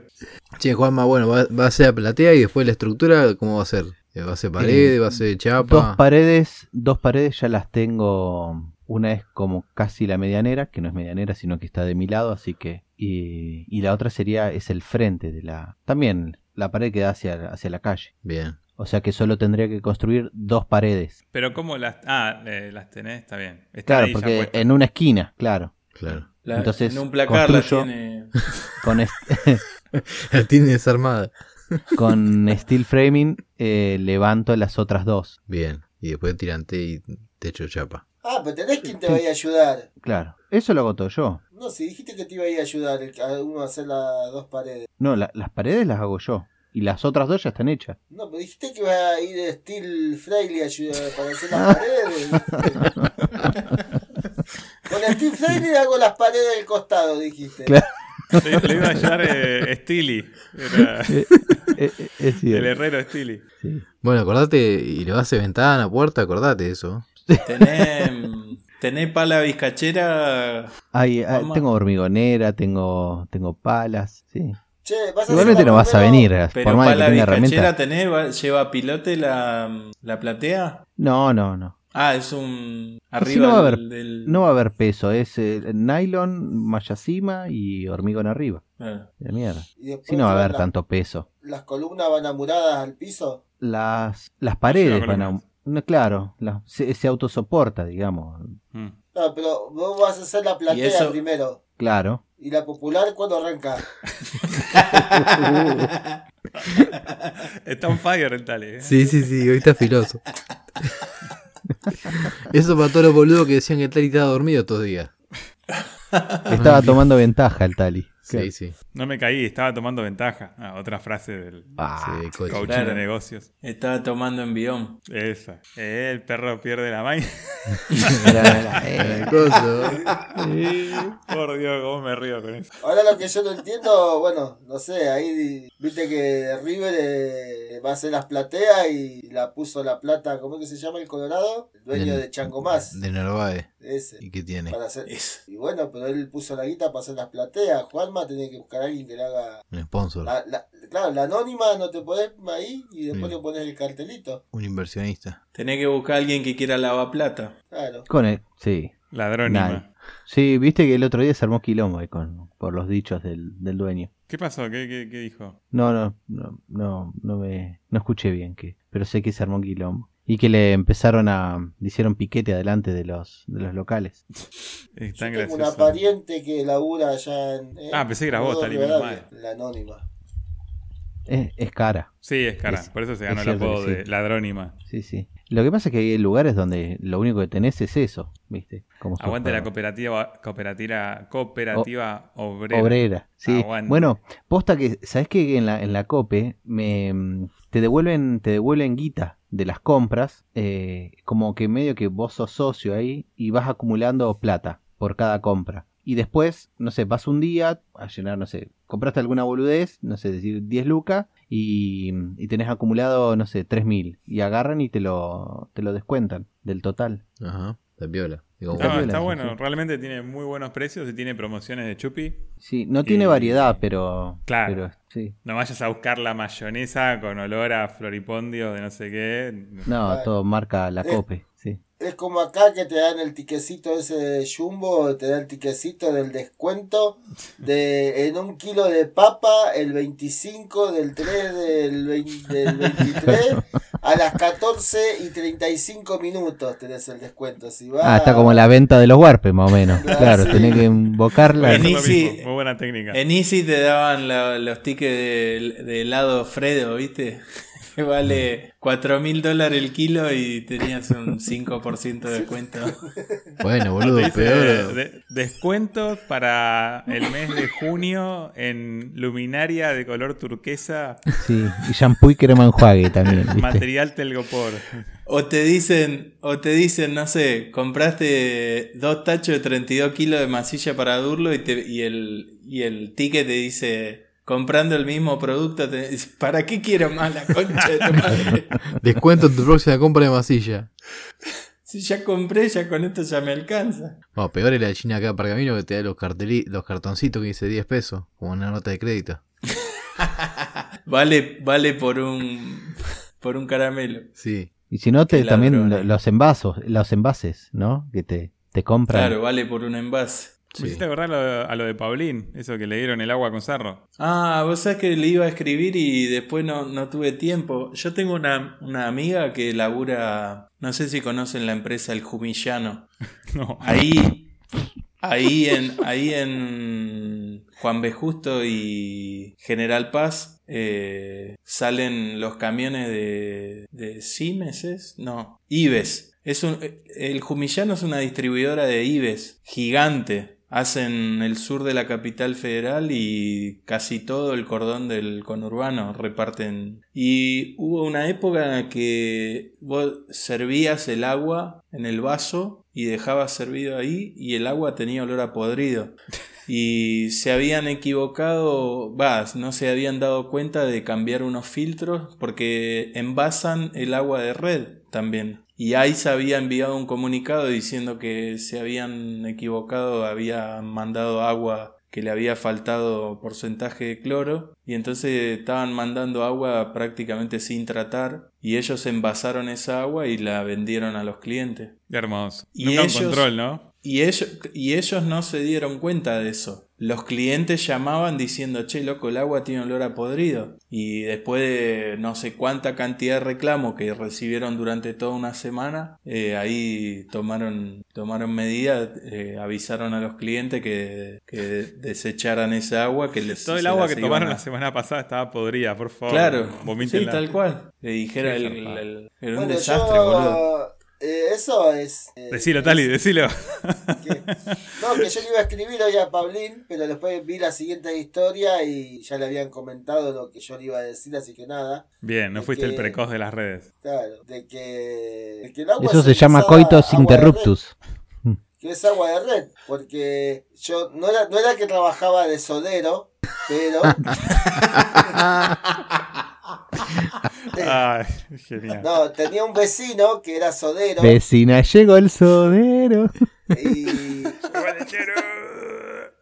[SPEAKER 3] Che, Juanma, bueno, va, va a ser la platea y después la estructura, ¿cómo va a ser? Eh, ¿Va a ser pared?
[SPEAKER 6] Eh,
[SPEAKER 3] ¿Va a ser
[SPEAKER 6] Dos
[SPEAKER 3] chapa?
[SPEAKER 6] paredes, dos paredes ya las tengo. Una es como casi la medianera, que no es medianera, sino que está de mi lado, así que. Y, y la otra sería, es el frente de la. También la pared que da hacia, hacia la calle.
[SPEAKER 3] Bien.
[SPEAKER 6] O sea que solo tendría que construir dos paredes.
[SPEAKER 2] Pero ¿cómo las.? Ah, eh, las tenés, está bien. Están
[SPEAKER 6] Claro,
[SPEAKER 2] ahí ya
[SPEAKER 6] porque
[SPEAKER 2] puestas.
[SPEAKER 6] en una esquina, claro.
[SPEAKER 3] Claro.
[SPEAKER 1] la-
[SPEAKER 6] Entonces,
[SPEAKER 1] en un placar la
[SPEAKER 6] construyo.
[SPEAKER 1] tiene...
[SPEAKER 6] Con, es-
[SPEAKER 3] La tiene desarmada.
[SPEAKER 6] con steel framing eh, levanto las otras dos.
[SPEAKER 3] Bien. Y después tirante y techo de chapa.
[SPEAKER 5] Ah, pero tenés quien te vaya a ayudar.
[SPEAKER 6] Claro. Eso lo hago todo yo.
[SPEAKER 5] No, si dijiste que te iba a ir a ayudar el- a uno a hacer las dos paredes.
[SPEAKER 6] No, la- las paredes las hago yo. Y las otras dos ya están hechas.
[SPEAKER 5] No, pero dijiste que iba a ir a Steel Fraile a ayudar para hacer las paredes. Con Steel Fraile hago las paredes del costado, dijiste.
[SPEAKER 6] Claro.
[SPEAKER 2] Le, le iba a ayudar eh, Steely. Era
[SPEAKER 6] Eh, eh, es
[SPEAKER 2] el
[SPEAKER 6] cierto.
[SPEAKER 2] herrero Steely.
[SPEAKER 6] Sí.
[SPEAKER 3] Bueno, acordate, y le vas a hacer ventana, puerta, acordate eso.
[SPEAKER 1] Tenés, tenés pala vizcachera...
[SPEAKER 6] Ay, ah,
[SPEAKER 1] Mamá.
[SPEAKER 6] tengo hormigonera, tengo, tengo palas. Sí.
[SPEAKER 5] Che, vas a
[SPEAKER 6] Igualmente
[SPEAKER 5] hacer
[SPEAKER 6] no vas a
[SPEAKER 5] primero-
[SPEAKER 6] venir.
[SPEAKER 1] Pero
[SPEAKER 6] Por más de que
[SPEAKER 1] pala
[SPEAKER 6] tenga
[SPEAKER 1] vizcachera
[SPEAKER 6] herramienta.
[SPEAKER 1] tenés, va- lleva pilote la, la platea.
[SPEAKER 6] No, no, no.
[SPEAKER 1] Ah, es un... Arriba
[SPEAKER 6] no va a haber-
[SPEAKER 1] del- del...
[SPEAKER 6] No va a haber peso. Es eh, nylon, mallacima y hormigón arriba.
[SPEAKER 1] Ah,
[SPEAKER 6] De mierda.
[SPEAKER 5] Y después
[SPEAKER 6] Si no va a
[SPEAKER 5] tirar
[SPEAKER 6] haber
[SPEAKER 5] la-
[SPEAKER 6] tanto peso.
[SPEAKER 5] Las columnas van amuradas al piso.
[SPEAKER 6] Las, las paredes
[SPEAKER 2] Las
[SPEAKER 6] van a... no, claro, las- se, se autosoporta, digamos.
[SPEAKER 2] Mm.
[SPEAKER 5] No, pero vos vas a hacer la platea
[SPEAKER 1] Y eso-
[SPEAKER 5] primero.
[SPEAKER 6] Claro.
[SPEAKER 5] Y la popular cuando arranca.
[SPEAKER 2] Está on fire el tale. ¿eh?
[SPEAKER 3] Sí, sí, sí, hoy está filoso. Eso para todos los boludos que decían que el Tali estaba dormido estos días.
[SPEAKER 1] Ah.
[SPEAKER 6] Estaba tomando ventaja el Tali.
[SPEAKER 3] Sí, sí.
[SPEAKER 2] No me caí, estaba tomando ventaja. Ah, otra frase del
[SPEAKER 6] Ah,
[SPEAKER 3] Sí, coche.
[SPEAKER 2] coaching
[SPEAKER 1] Claro.
[SPEAKER 2] de negocios.
[SPEAKER 1] Estaba tomando envión.
[SPEAKER 2] Esa. Eh, el perro pierde la maña.
[SPEAKER 6] era- era-
[SPEAKER 3] Eh, coso.
[SPEAKER 2] Por Dios, cómo me río con eso.
[SPEAKER 5] Ahora lo que yo no entiendo, bueno, no sé, ahí di- viste que River eh, va a hacer las plateas y la puso la plata, ¿cómo es que se llama el Colorado? El dueño
[SPEAKER 3] Del-
[SPEAKER 5] de Changomás.
[SPEAKER 3] De Narváez.
[SPEAKER 5] Ese.
[SPEAKER 3] ¿Y qué tiene?
[SPEAKER 5] Para hacer...
[SPEAKER 1] Es-
[SPEAKER 5] Y bueno, pero él puso la guita para hacer las plateas. Juanma tenía que buscar a alguien que le haga...
[SPEAKER 3] Un sponsor.
[SPEAKER 5] la- la- claro, la anónima no te podés ahí y después
[SPEAKER 3] Mm.
[SPEAKER 5] le pones el cartelito.
[SPEAKER 3] Un inversionista.
[SPEAKER 1] Tenés que buscar a alguien que quiera lavaplata.
[SPEAKER 5] Claro.
[SPEAKER 6] Con el, sí.
[SPEAKER 2] Ladrónima.
[SPEAKER 6] Nadie. Sí, viste que el otro día se armó quilombo ahí con, por los dichos del, del dueño.
[SPEAKER 2] ¿Qué pasó? ¿Qué, qué, qué dijo?
[SPEAKER 6] No, no, no, no, no me, no escuché bien que, pero sé que se armó quilombo. Y que le empezaron a, le hicieron piquete adelante de los, de los locales.
[SPEAKER 2] Es
[SPEAKER 5] Yo
[SPEAKER 2] tan
[SPEAKER 5] tengo
[SPEAKER 2] gracioso.
[SPEAKER 5] una pariente que labura allá en.
[SPEAKER 2] Ah, pensé que eras vos,
[SPEAKER 5] Rodó
[SPEAKER 2] Talí, menos
[SPEAKER 5] Rivadavia,
[SPEAKER 2] mal.
[SPEAKER 5] La anónima.
[SPEAKER 6] Es, es cara.
[SPEAKER 2] Sí, es cara.
[SPEAKER 6] Es-
[SPEAKER 2] Por eso se
[SPEAKER 6] es
[SPEAKER 2] ganó el
[SPEAKER 6] cierto
[SPEAKER 2] apodo
[SPEAKER 6] que
[SPEAKER 2] de
[SPEAKER 6] sí.
[SPEAKER 2] ladrónima.
[SPEAKER 6] Sí, sí. Lo que pasa es que hay lugares donde lo único que tenés es eso, ¿viste? Como sos
[SPEAKER 2] Aguante la
[SPEAKER 6] para-
[SPEAKER 2] cooperativa cooperativa cooperativa obrera. Ah,
[SPEAKER 6] Obrera, sí.
[SPEAKER 2] Aguante.
[SPEAKER 6] Bueno, posta que, ¿sabés que en la, en la COPE me, mm, te, devuelven, te devuelven guita de las compras? eh, como que medio que vos sos socio ahí y vas acumulando plata por cada compra. Y después, no sé, vas un día a llenar, no sé, compraste alguna boludez, no sé, decir 10 lucas y, y tenés acumulado, no sé, 3.000. Y agarran y te lo, te lo descuentan del total.
[SPEAKER 3] Ajá, está piola. Digo,
[SPEAKER 2] No,
[SPEAKER 6] Está
[SPEAKER 2] está
[SPEAKER 6] piola,
[SPEAKER 2] bueno,
[SPEAKER 6] sí.
[SPEAKER 2] realmente tiene muy buenos precios y tiene promociones de chupi.
[SPEAKER 6] Sí, no tiene
[SPEAKER 2] Eh,
[SPEAKER 6] variedad, pero...
[SPEAKER 2] claro.
[SPEAKER 6] pero sí.
[SPEAKER 2] No vayas a buscar la mayonesa con olor a floripondio de no sé qué.
[SPEAKER 6] No,
[SPEAKER 5] Ay.
[SPEAKER 6] todo marca la
[SPEAKER 5] Eh.
[SPEAKER 6] COPE, sí.
[SPEAKER 5] Es como acá que te dan el tiquecito ese de Jumbo, te dan el tiquecito del descuento de en un kilo de papa el 25 del 3 del, 20 del 23 a las 14 y 35 minutos tenés el descuento. Si va,
[SPEAKER 6] Ah, está como la venta de los huarpes, más o menos.
[SPEAKER 5] Ah,
[SPEAKER 6] Claro,
[SPEAKER 5] sí.
[SPEAKER 6] tenés que invocarla.
[SPEAKER 2] Voy a hacer lo
[SPEAKER 1] Easy-
[SPEAKER 2] mismo. Muy buena técnica.
[SPEAKER 1] En Easy te daban la- los tickets de, de helado Fredo, ¿viste? Que vale 4 mil dólares el kilo y tenías un 5% de descuento.
[SPEAKER 3] Bueno, boludo,
[SPEAKER 2] Dice,
[SPEAKER 3] peor.
[SPEAKER 2] de- descuentos para el mes de junio en luminaria de color turquesa,
[SPEAKER 6] Sí, y shampoo y crema enjuague también, ¿viste?
[SPEAKER 2] material telgopor.
[SPEAKER 1] O te dicen, o te dicen, no sé, compraste dos tachos de 32 kilos de masilla para durlo y, te- y, el, y el ticket te dice, comprando el mismo producto, te dice, ¿para qué quiero más la concha de tu madre?
[SPEAKER 3] Descuento en tu próxima compra de masilla.
[SPEAKER 1] Si ya compré, ya con esto ya me alcanza.
[SPEAKER 3] Bueno, peor es la China acá para camino que te da los, carteli- los cartoncitos que dice 10 pesos, como una nota de crédito.
[SPEAKER 1] Vale, vale por un, por un caramelo.
[SPEAKER 3] Sí.
[SPEAKER 6] Y si no, te,
[SPEAKER 1] Qué
[SPEAKER 6] también
[SPEAKER 1] ladrones.
[SPEAKER 6] lo- los envasos, los envases, ¿no? Que te, te compran.
[SPEAKER 1] Claro, vale por un envase.
[SPEAKER 2] Me
[SPEAKER 3] sí.
[SPEAKER 2] hiciste acordar lo- a lo de Paulín, eso que le dieron el agua con sarro.
[SPEAKER 1] Ah, vos sabés que le iba a escribir y después no, no tuve tiempo. Yo tengo una, una amiga que labura, no sé si conocen la empresa El Jumillano.
[SPEAKER 2] No.
[SPEAKER 1] Ahí, ahí en, ahí en Juan B. Justo y General Paz eh, salen los camiones de, de Simes, ¿es? no, Ives. Es un, el Jumillano es una distribuidora de Ives, gigante. Hacen el sur de la capital federal y casi todo el cordón del conurbano reparten. Y hubo una época en la que vos servías el agua en el vaso y dejabas servido ahí y el agua tenía olor a podrido. Y se habían equivocado, va, no se habían dado cuenta de cambiar unos filtros porque envasan el agua de red también. Y AISA había enviado un comunicado diciendo que se habían equivocado, habían mandado agua que le había faltado porcentaje de cloro y entonces estaban mandando agua prácticamente sin tratar y ellos envasaron esa agua y la vendieron a los clientes.
[SPEAKER 2] Qué hermoso.
[SPEAKER 1] Y
[SPEAKER 2] Nunca un
[SPEAKER 1] ellos-
[SPEAKER 2] control, ¿no?
[SPEAKER 1] Y ellos, y ellos no se dieron cuenta de eso. Los clientes llamaban diciendo, che, loco, el agua tiene olor a podrido. Y después de no sé cuánta cantidad de reclamo que recibieron durante toda una semana, eh, ahí tomaron, tomaron medidas, eh, avisaron a los clientes que, que desecharan esa agua, que les...
[SPEAKER 2] Todo
[SPEAKER 1] se
[SPEAKER 2] el
[SPEAKER 1] las
[SPEAKER 2] agua que
[SPEAKER 1] iban
[SPEAKER 2] tomaron
[SPEAKER 1] a-
[SPEAKER 2] la semana pasada estaba podrida, por favor.
[SPEAKER 1] Claro, sí,
[SPEAKER 2] Vomítenla.
[SPEAKER 1] tal cual. Le dijeron,
[SPEAKER 2] Qué
[SPEAKER 1] el,
[SPEAKER 2] zarpado.
[SPEAKER 1] el- era un
[SPEAKER 5] Bueno,
[SPEAKER 1] desastre,
[SPEAKER 5] yo,
[SPEAKER 1] boludo.
[SPEAKER 5] eh, eso es. eh,
[SPEAKER 2] Decilo, Tali, decilo.
[SPEAKER 5] que- no, que yo le iba a escribir hoy a Pablín, pero después vi la siguiente historia y ya le habían comentado lo que yo le iba a decir, así que nada.
[SPEAKER 2] Bien, no
[SPEAKER 5] Es
[SPEAKER 2] fuiste el
[SPEAKER 5] que-
[SPEAKER 2] precoz de las redes.
[SPEAKER 5] Claro, de que, de que el agua
[SPEAKER 6] Eso se
[SPEAKER 5] es
[SPEAKER 6] llama
[SPEAKER 5] usada
[SPEAKER 6] coitos
[SPEAKER 5] agua de
[SPEAKER 6] interruptus.
[SPEAKER 5] red, que es agua de red, porque yo no era, no era que trabajaba de solero, pero
[SPEAKER 2] Ay, genial.
[SPEAKER 5] no, tenía un vecino que era solero
[SPEAKER 6] Vecina, llegó el sodero.
[SPEAKER 5] y,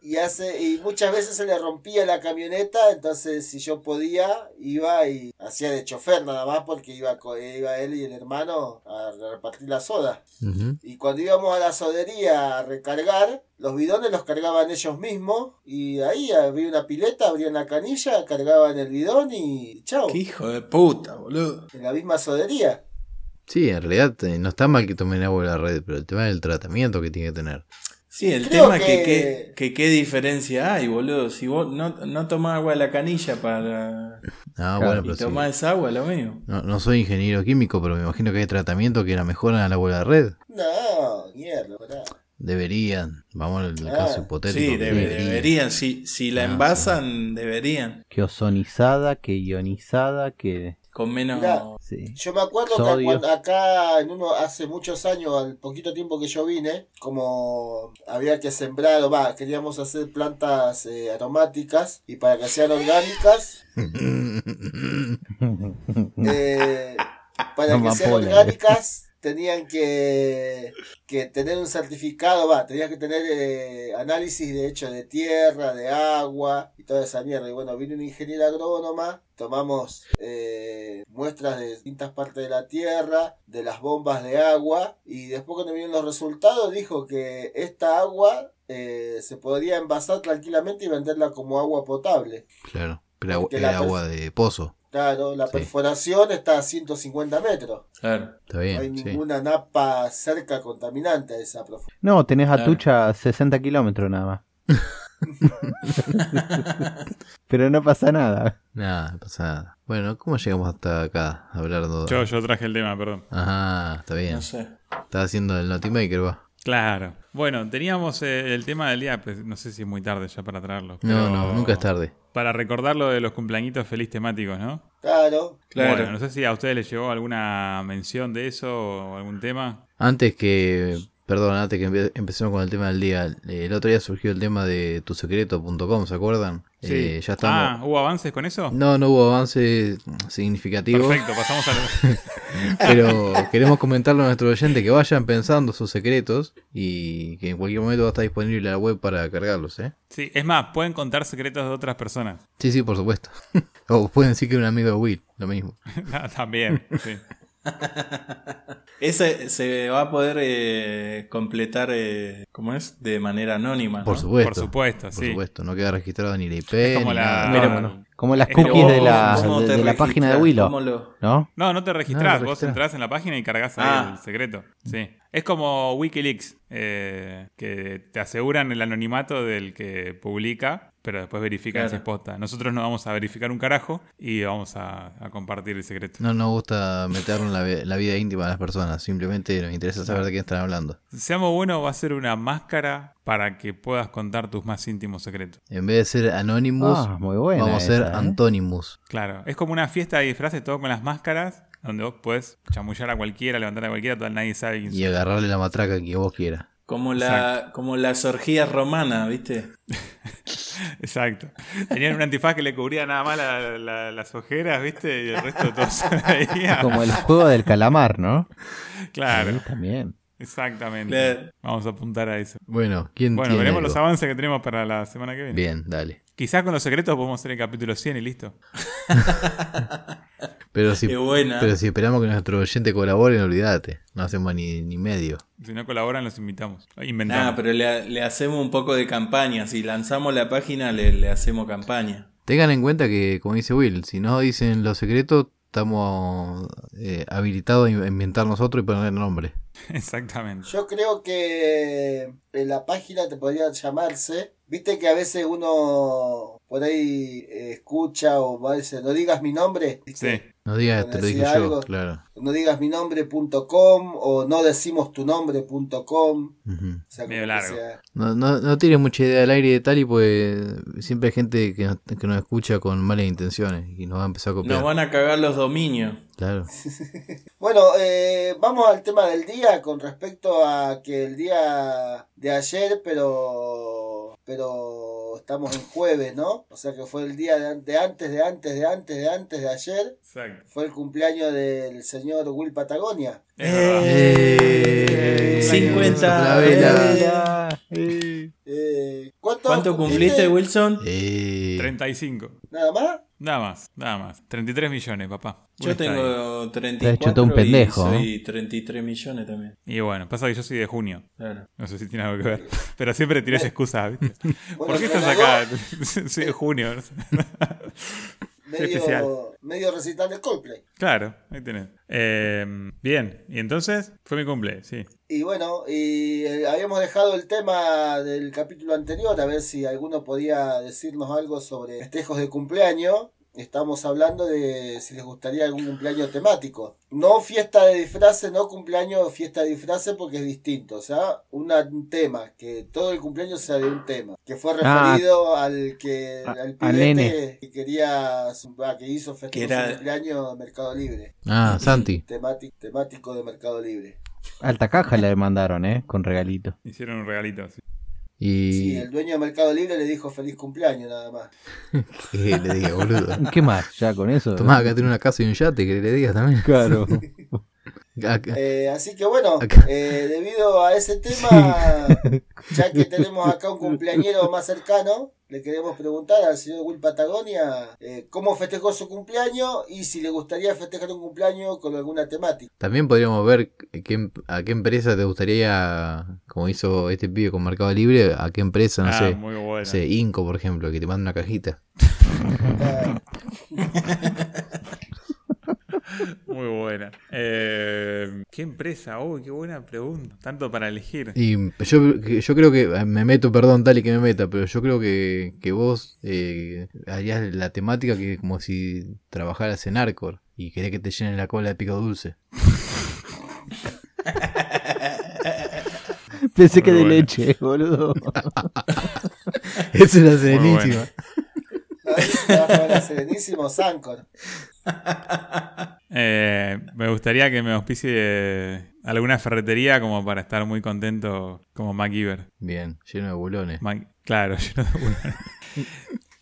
[SPEAKER 5] y hace y muchas veces se le rompía la camioneta, entonces si yo podía iba y hacía de chofer nada más porque iba co- iba él y el hermano a repartir la soda.
[SPEAKER 3] Ujú.
[SPEAKER 5] Y cuando íbamos a la sodería a recargar, los bidones los cargaban ellos mismos. Y ahí había una pileta, abrían la canilla, cargaban el bidón y chao.
[SPEAKER 1] Qué hijo de puta, boludo.
[SPEAKER 5] En la misma sodería.
[SPEAKER 3] Sí, en realidad eh, no está mal que tomen agua de la red, pero el tema es el tratamiento que tiene que tener.
[SPEAKER 1] Sí, el
[SPEAKER 5] Creo
[SPEAKER 1] tema que...
[SPEAKER 5] que-
[SPEAKER 1] que- que qué diferencia hay, boludo. Si vos no, no tomás agua de la canilla para...
[SPEAKER 3] Ah,
[SPEAKER 6] Claro,
[SPEAKER 3] bueno,
[SPEAKER 1] y
[SPEAKER 3] pero sí.
[SPEAKER 1] tomás agua, lo mismo.
[SPEAKER 3] No, no soy ingeniero químico, pero me imagino que hay tratamiento que la mejoran a la bola de red.
[SPEAKER 5] No, mierda, pará.
[SPEAKER 3] Deberían. Vamos al
[SPEAKER 5] Ah,
[SPEAKER 3] caso hipotético.
[SPEAKER 1] Sí,
[SPEAKER 3] que
[SPEAKER 1] debe- deberían. Si, si la
[SPEAKER 3] Ah,
[SPEAKER 1] envasan, deberían.
[SPEAKER 6] Que ozonizada, que ionizada, que...
[SPEAKER 1] Con menos...
[SPEAKER 5] Mirá.
[SPEAKER 6] Sí.
[SPEAKER 5] Yo me acuerdo que
[SPEAKER 6] Sodio.
[SPEAKER 5] cuando acá, en uno, hace muchos años, al poquito tiempo que yo vine, como había que sembrar, o va, queríamos hacer plantas eh, aromáticas y para que sean orgánicas, eh, para
[SPEAKER 6] No
[SPEAKER 5] que
[SPEAKER 6] me
[SPEAKER 5] sean
[SPEAKER 6] apoya.
[SPEAKER 5] orgánicas tenían que, que tener un certificado, va, tenías que tener eh, análisis de hecho de tierra, de agua y toda esa mierda. Y bueno, vino un ingeniero agrónoma, tomamos eh, muestras de distintas partes de la tierra, de las bombas de agua y después cuando vinieron los resultados dijo que esta agua... eh, se podría envasar tranquilamente y venderla como agua potable.
[SPEAKER 3] Claro. Pero agua-
[SPEAKER 5] Porque la
[SPEAKER 3] era agua de pozo.
[SPEAKER 5] Claro, la
[SPEAKER 3] Sí.
[SPEAKER 5] perforación está a 150 metros.
[SPEAKER 1] Claro.
[SPEAKER 3] Está
[SPEAKER 5] No hay
[SPEAKER 3] bien, sí.
[SPEAKER 5] ninguna napa cerca contaminante a esa profundidad.
[SPEAKER 6] No, tenés a
[SPEAKER 1] Claro.
[SPEAKER 6] Tucha a 60 kilómetros nada más. Pero no pasa nada.
[SPEAKER 3] Nada, no pasa nada. Bueno, ¿cómo llegamos hasta acá hablando?
[SPEAKER 2] Yo, yo traje el tema, perdón.
[SPEAKER 3] Ajá, está bien.
[SPEAKER 1] No sé.
[SPEAKER 3] Estaba haciendo el Notimaker, va.
[SPEAKER 2] Claro. Bueno, teníamos eh, el tema del día, pues, no sé si es muy tarde ya para traerlo.
[SPEAKER 3] No,
[SPEAKER 2] pero-
[SPEAKER 3] no, nunca es tarde.
[SPEAKER 2] Para recordar lo de los cumpleañitos feliz temáticos, ¿no?
[SPEAKER 5] Claro.
[SPEAKER 1] Claro.
[SPEAKER 2] Bueno, no sé si a ustedes les llegó alguna mención de eso o algún tema.
[SPEAKER 3] Antes que, perdón, antes que empe- empecemos con el tema del día, el otro día surgió el tema de tusecreto.com, ¿se acuerdan? Eh, ya estamos.
[SPEAKER 2] Ah, ¿hubo avances con eso?
[SPEAKER 3] No, no hubo avance significativo,
[SPEAKER 2] Perfecto, pasamos al.
[SPEAKER 3] pero queremos comentarle a nuestros oyentes que vayan pensando sus secretos y que en cualquier momento va a estar disponible la web para cargarlos, ¿eh?
[SPEAKER 2] Sí, es más, pueden contar secretos de otras personas.
[SPEAKER 3] Sí, sí, por supuesto. o pueden decir que un amigo de Will, lo mismo.
[SPEAKER 2] Ah, También, sí.
[SPEAKER 1] Ese se va a poder eh, completar, eh, ¿cómo es? De manera anónima. ¿no?
[SPEAKER 3] Por supuesto.
[SPEAKER 2] Por supuesto,
[SPEAKER 3] Por
[SPEAKER 2] sí.
[SPEAKER 3] supuesto, no queda registrado ni la IP.
[SPEAKER 2] Es como
[SPEAKER 3] ni
[SPEAKER 2] la-
[SPEAKER 3] nada.
[SPEAKER 2] Pero-
[SPEAKER 6] No, no, no. Como las
[SPEAKER 2] Es que
[SPEAKER 6] cookies
[SPEAKER 2] vos-
[SPEAKER 6] de la,
[SPEAKER 1] ¿cómo
[SPEAKER 6] de,
[SPEAKER 1] te
[SPEAKER 6] de la
[SPEAKER 1] registras?
[SPEAKER 6] página de Willow,
[SPEAKER 1] ¿Cómo lo-
[SPEAKER 6] ¿no?
[SPEAKER 2] No, no te registrás.
[SPEAKER 3] No, no
[SPEAKER 2] Vos
[SPEAKER 3] registrás.
[SPEAKER 2] entrás en la página y cargas
[SPEAKER 1] Ah.
[SPEAKER 2] el secreto. Sí. Es como Wikileaks, eh, que te aseguran el anonimato del que publica, pero después verifican
[SPEAKER 1] Claro.
[SPEAKER 2] si es posta. Nosotros no vamos a verificar un carajo y vamos a, a compartir el secreto.
[SPEAKER 3] No nos gusta meter en la, vi- la vida íntima de las personas, simplemente nos interesa saber de quién están hablando.
[SPEAKER 2] Seamos buenos, va a ser una máscara para que puedas contar tus más íntimos secretos.
[SPEAKER 3] En vez de ser Anonymous,
[SPEAKER 6] Ah, muy buena
[SPEAKER 3] vamos a ser
[SPEAKER 6] esa, ¿eh?
[SPEAKER 3] Antonimus.
[SPEAKER 2] Claro, es como una fiesta de disfraces, todo con las máscaras, donde vos puedes chamullar a cualquiera, levantar a cualquiera, total, nadie sabe quién sos.
[SPEAKER 3] Y agarrarle la matraca que vos quieras.
[SPEAKER 1] Como, la, como las orgías romanas, ¿viste?
[SPEAKER 2] Exacto. Tenían un antifaz que le cubría nada más la- la- las ojeras, ¿viste? Y el resto todo se
[SPEAKER 3] ah.
[SPEAKER 2] veía.
[SPEAKER 6] Como el juego del calamar, ¿no?
[SPEAKER 2] Claro,
[SPEAKER 6] Sí, también.
[SPEAKER 2] exactamente.
[SPEAKER 1] Claro.
[SPEAKER 2] Vamos a apuntar a eso.
[SPEAKER 3] Bueno, ¿quién
[SPEAKER 2] Bueno,
[SPEAKER 3] tiene
[SPEAKER 2] veremos
[SPEAKER 3] algo?
[SPEAKER 2] los avances que tenemos para la semana que viene.
[SPEAKER 3] Bien, dale.
[SPEAKER 2] Quizás con los secretos podemos hacer el capítulo 100 y listo.
[SPEAKER 3] Pero si,
[SPEAKER 1] Qué buena.
[SPEAKER 3] pero si esperamos que nuestro oyente colabore, no olvídate. No hacemos ni, ni medio.
[SPEAKER 2] Si no colaboran, los invitamos. Inventamos.
[SPEAKER 1] Nada, Ah, pero le, le hacemos un poco de campaña. Si lanzamos la página, le, le hacemos campaña.
[SPEAKER 3] Tengan en cuenta que, como dice Will, si no dicen los secretos, estamos eh, habilitados a in- inventar nosotros y poner nombre.
[SPEAKER 2] Exactamente.
[SPEAKER 5] Yo creo que eh, en la página te podría llamarse. Viste que a veces uno por ahí eh, escucha o va a decir, no digas mi nombre.
[SPEAKER 2] Sí.
[SPEAKER 5] ¿viste?
[SPEAKER 3] No digas,
[SPEAKER 5] Bueno,
[SPEAKER 3] Eh, te lo dije
[SPEAKER 5] decía
[SPEAKER 3] yo,
[SPEAKER 5] algo.
[SPEAKER 3] claro.
[SPEAKER 5] No digas mi nombre.com o no decimos tu nombre.com.
[SPEAKER 3] Ujú.
[SPEAKER 5] O sea, como
[SPEAKER 2] Medio
[SPEAKER 5] que
[SPEAKER 2] largo.
[SPEAKER 5] sea-
[SPEAKER 3] No, no, no tires mucha idea al aire de tal y pues siempre hay gente que nos, que nos escucha con malas intenciones y nos va a empezar a copiar.
[SPEAKER 1] Nos van a cagar los dominios.
[SPEAKER 3] Claro.
[SPEAKER 5] Bueno, eh, vamos al tema del día con respecto a que el día de ayer, pero pero estamos en jueves, ¿no? O sea que fue el día de, an- de antes, de antes, de antes, de antes de ayer.
[SPEAKER 2] Exacto.
[SPEAKER 5] Fue el cumpleaños del señor Will Patagonia.
[SPEAKER 2] Es verdad.
[SPEAKER 1] ¡Eh! 50
[SPEAKER 3] La vela.
[SPEAKER 5] Eh, ¿Cuánto,
[SPEAKER 1] ¿Cuánto cumpliste, Wilson?
[SPEAKER 3] Eh,
[SPEAKER 2] 35.
[SPEAKER 5] ¿Nada más?
[SPEAKER 2] Nada más, nada más. 33 millones, papá. Uno
[SPEAKER 1] Yo
[SPEAKER 2] está ahí.
[SPEAKER 1] tengo
[SPEAKER 6] Te has
[SPEAKER 1] 34
[SPEAKER 6] hecho un pendejo, ¿eh?
[SPEAKER 1] y soy 33 millones también.
[SPEAKER 2] Y bueno, pasa que yo soy de junio.
[SPEAKER 1] Claro.
[SPEAKER 2] No sé si tiene algo que ver. Pero siempre tirás excusas, ¿viste?
[SPEAKER 5] Bueno,
[SPEAKER 2] ¿Por qué estás
[SPEAKER 5] Patagonia-
[SPEAKER 2] acá? Soy de junio. no sé. especial.
[SPEAKER 5] medio, medio recital de Coldplay.
[SPEAKER 2] Claro, ahí tenés. Eh, bien, y entonces fue mi cumple, sí.
[SPEAKER 5] Y bueno, y eh, habíamos dejado el tema del capítulo anterior, a ver si alguno podía decirnos algo sobre festejos de cumpleaños. Estamos hablando de si les gustaría algún cumpleaños temático. No fiesta de disfraces, no cumpleaños fiesta de disfraces porque es distinto. O sea, una- un tema, que todo el cumpleaños sea de un tema. Que fue
[SPEAKER 6] Ah.
[SPEAKER 5] referido al que
[SPEAKER 6] A-
[SPEAKER 5] al
[SPEAKER 6] al
[SPEAKER 5] pibe este
[SPEAKER 6] nene.
[SPEAKER 5] que quería, su- ah, que hizo festejo
[SPEAKER 1] Que era-
[SPEAKER 5] de cumpleaños de Mercado Libre.
[SPEAKER 3] Ah, Santi.
[SPEAKER 5] Temático, temático de Mercado Libre.
[SPEAKER 6] Alta caja le mandaron, ¿eh? Con regalito.
[SPEAKER 2] Hicieron un regalito. sí.
[SPEAKER 3] Y.
[SPEAKER 5] Sí, el dueño de Mercado Libre le dijo feliz cumpleaños nada más.
[SPEAKER 3] ¿Qué le diga, boludo?
[SPEAKER 6] ¿Qué más? Ya con eso.
[SPEAKER 3] Tomás, acá tiene una casa y un yate, que le digas también.
[SPEAKER 6] Claro.
[SPEAKER 3] Acá-
[SPEAKER 5] Eh, así que bueno,
[SPEAKER 3] Acá.
[SPEAKER 5] eh, debido a ese tema, ya que tenemos acá un cumpleañero más cercano, le queremos preguntar al señor Will Patagonia eh, cómo festejó su cumpleaños y si le gustaría festejar un cumpleaños con alguna temática.
[SPEAKER 3] También podríamos ver qué- a qué empresa te gustaría, como hizo este pibe con Mercado Libre, a qué empresa, no
[SPEAKER 2] ah,
[SPEAKER 3] sé,
[SPEAKER 2] muy bueno.
[SPEAKER 3] no sé, Inco, por ejemplo, que te manda una cajita.
[SPEAKER 5] Ah,
[SPEAKER 2] Muy buena. Eh, ¿Qué empresa? Uy, qué buena pregunta. Tanto para elegir.
[SPEAKER 3] Y yo, yo creo que, eh, me meto, perdón, tal y que me meta, pero yo creo que, que vos eh, harías la temática que como si trabajaras en Arcor y querés que te llenen la cola de pico dulce.
[SPEAKER 6] Pensé que
[SPEAKER 2] Muy
[SPEAKER 6] de
[SPEAKER 2] bueno.
[SPEAKER 6] leche, boludo.
[SPEAKER 3] Esa es
[SPEAKER 2] Muy
[SPEAKER 3] la
[SPEAKER 2] buena.
[SPEAKER 3] serenísima.
[SPEAKER 5] ahí trabaja para el Serenísimo Sancor.
[SPEAKER 2] Eh, me gustaría que me auspicie alguna ferretería como para estar muy contento como MacGyver.
[SPEAKER 3] Bien, lleno de bulones.
[SPEAKER 2] Mac- claro, yo no...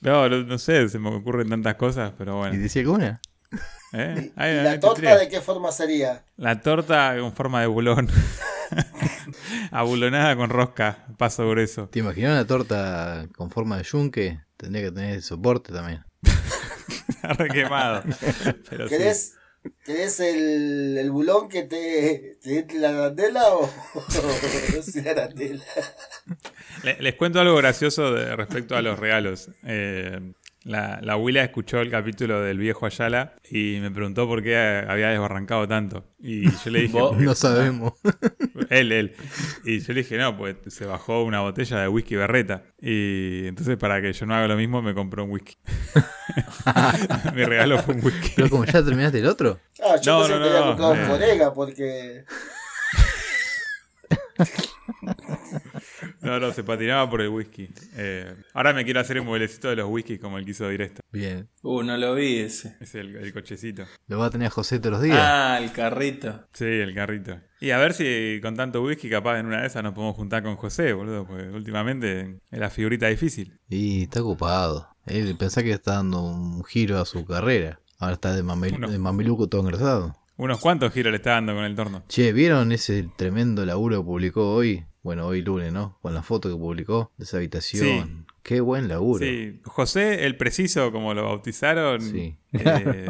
[SPEAKER 2] No, no, no sé, se me ocurren tantas cosas, pero
[SPEAKER 3] ¿Y
[SPEAKER 2] bueno.
[SPEAKER 3] decía alguna?
[SPEAKER 2] ¿Eh?
[SPEAKER 5] ¿Y
[SPEAKER 2] Ahí, ahí
[SPEAKER 5] la
[SPEAKER 2] te
[SPEAKER 5] torta
[SPEAKER 2] tiré.
[SPEAKER 5] de qué forma sería?
[SPEAKER 2] La torta con forma de bulón. Abulonada con rosca, paso grueso.
[SPEAKER 3] ¿Te imaginas una torta con forma de yunque? Tendría que tener soporte también.
[SPEAKER 2] Re quemado. Pero sí.
[SPEAKER 5] ¿Querés, querés el, el bulón que te, te entre la arandela o, o sin arandela?
[SPEAKER 2] Le- Les cuento algo gracioso de- respecto a los regalos. Eh, la, la abuela escuchó el capítulo del viejo Ayala y me preguntó por qué había desbarrancado tanto. Y yo le dije,
[SPEAKER 1] Vos-
[SPEAKER 2] porque-
[SPEAKER 3] No sabemos.
[SPEAKER 2] él, él. Y yo le dije, no, pues se bajó una botella de whisky berreta. Y entonces para que yo no haga lo mismo me compró un whisky. Mi regalo fue un whisky.
[SPEAKER 3] Pero como ya terminaste el otro,
[SPEAKER 5] Ah, yo
[SPEAKER 2] No,
[SPEAKER 5] pensé
[SPEAKER 2] no,
[SPEAKER 5] que había
[SPEAKER 2] no,
[SPEAKER 5] comprado
[SPEAKER 2] eh.
[SPEAKER 5] un corega porque...
[SPEAKER 2] No, no, se patinaba por el whisky. Eh, ahora me quiero hacer un modelecito de los whiskies como el que hizo Directa.
[SPEAKER 3] bien.
[SPEAKER 1] Uh, no lo vi ese.
[SPEAKER 2] Es el, el cochecito.
[SPEAKER 3] Lo va a tener José todos los días.
[SPEAKER 1] Ah, el carrito.
[SPEAKER 2] Sí, el carrito. Y a ver si con tanto whisky capaz en una de esas nos podemos juntar con José, boludo, porque últimamente es la figurita difícil.
[SPEAKER 3] Y está ocupado. Él pensá que está dando un giro a su carrera. Ahora está de, mamel-
[SPEAKER 2] Uno.
[SPEAKER 3] de mameluco todo engrasado.
[SPEAKER 2] Unos cuantos giros le está dando con el torno.
[SPEAKER 3] Che, ¿vieron ese tremendo laburo que publicó hoy? Bueno, hoy lunes, ¿no? Con la foto que publicó de esa habitación. Qué buen laburo.
[SPEAKER 2] Sí, José, el preciso, como lo bautizaron,
[SPEAKER 3] Sí.
[SPEAKER 2] eh,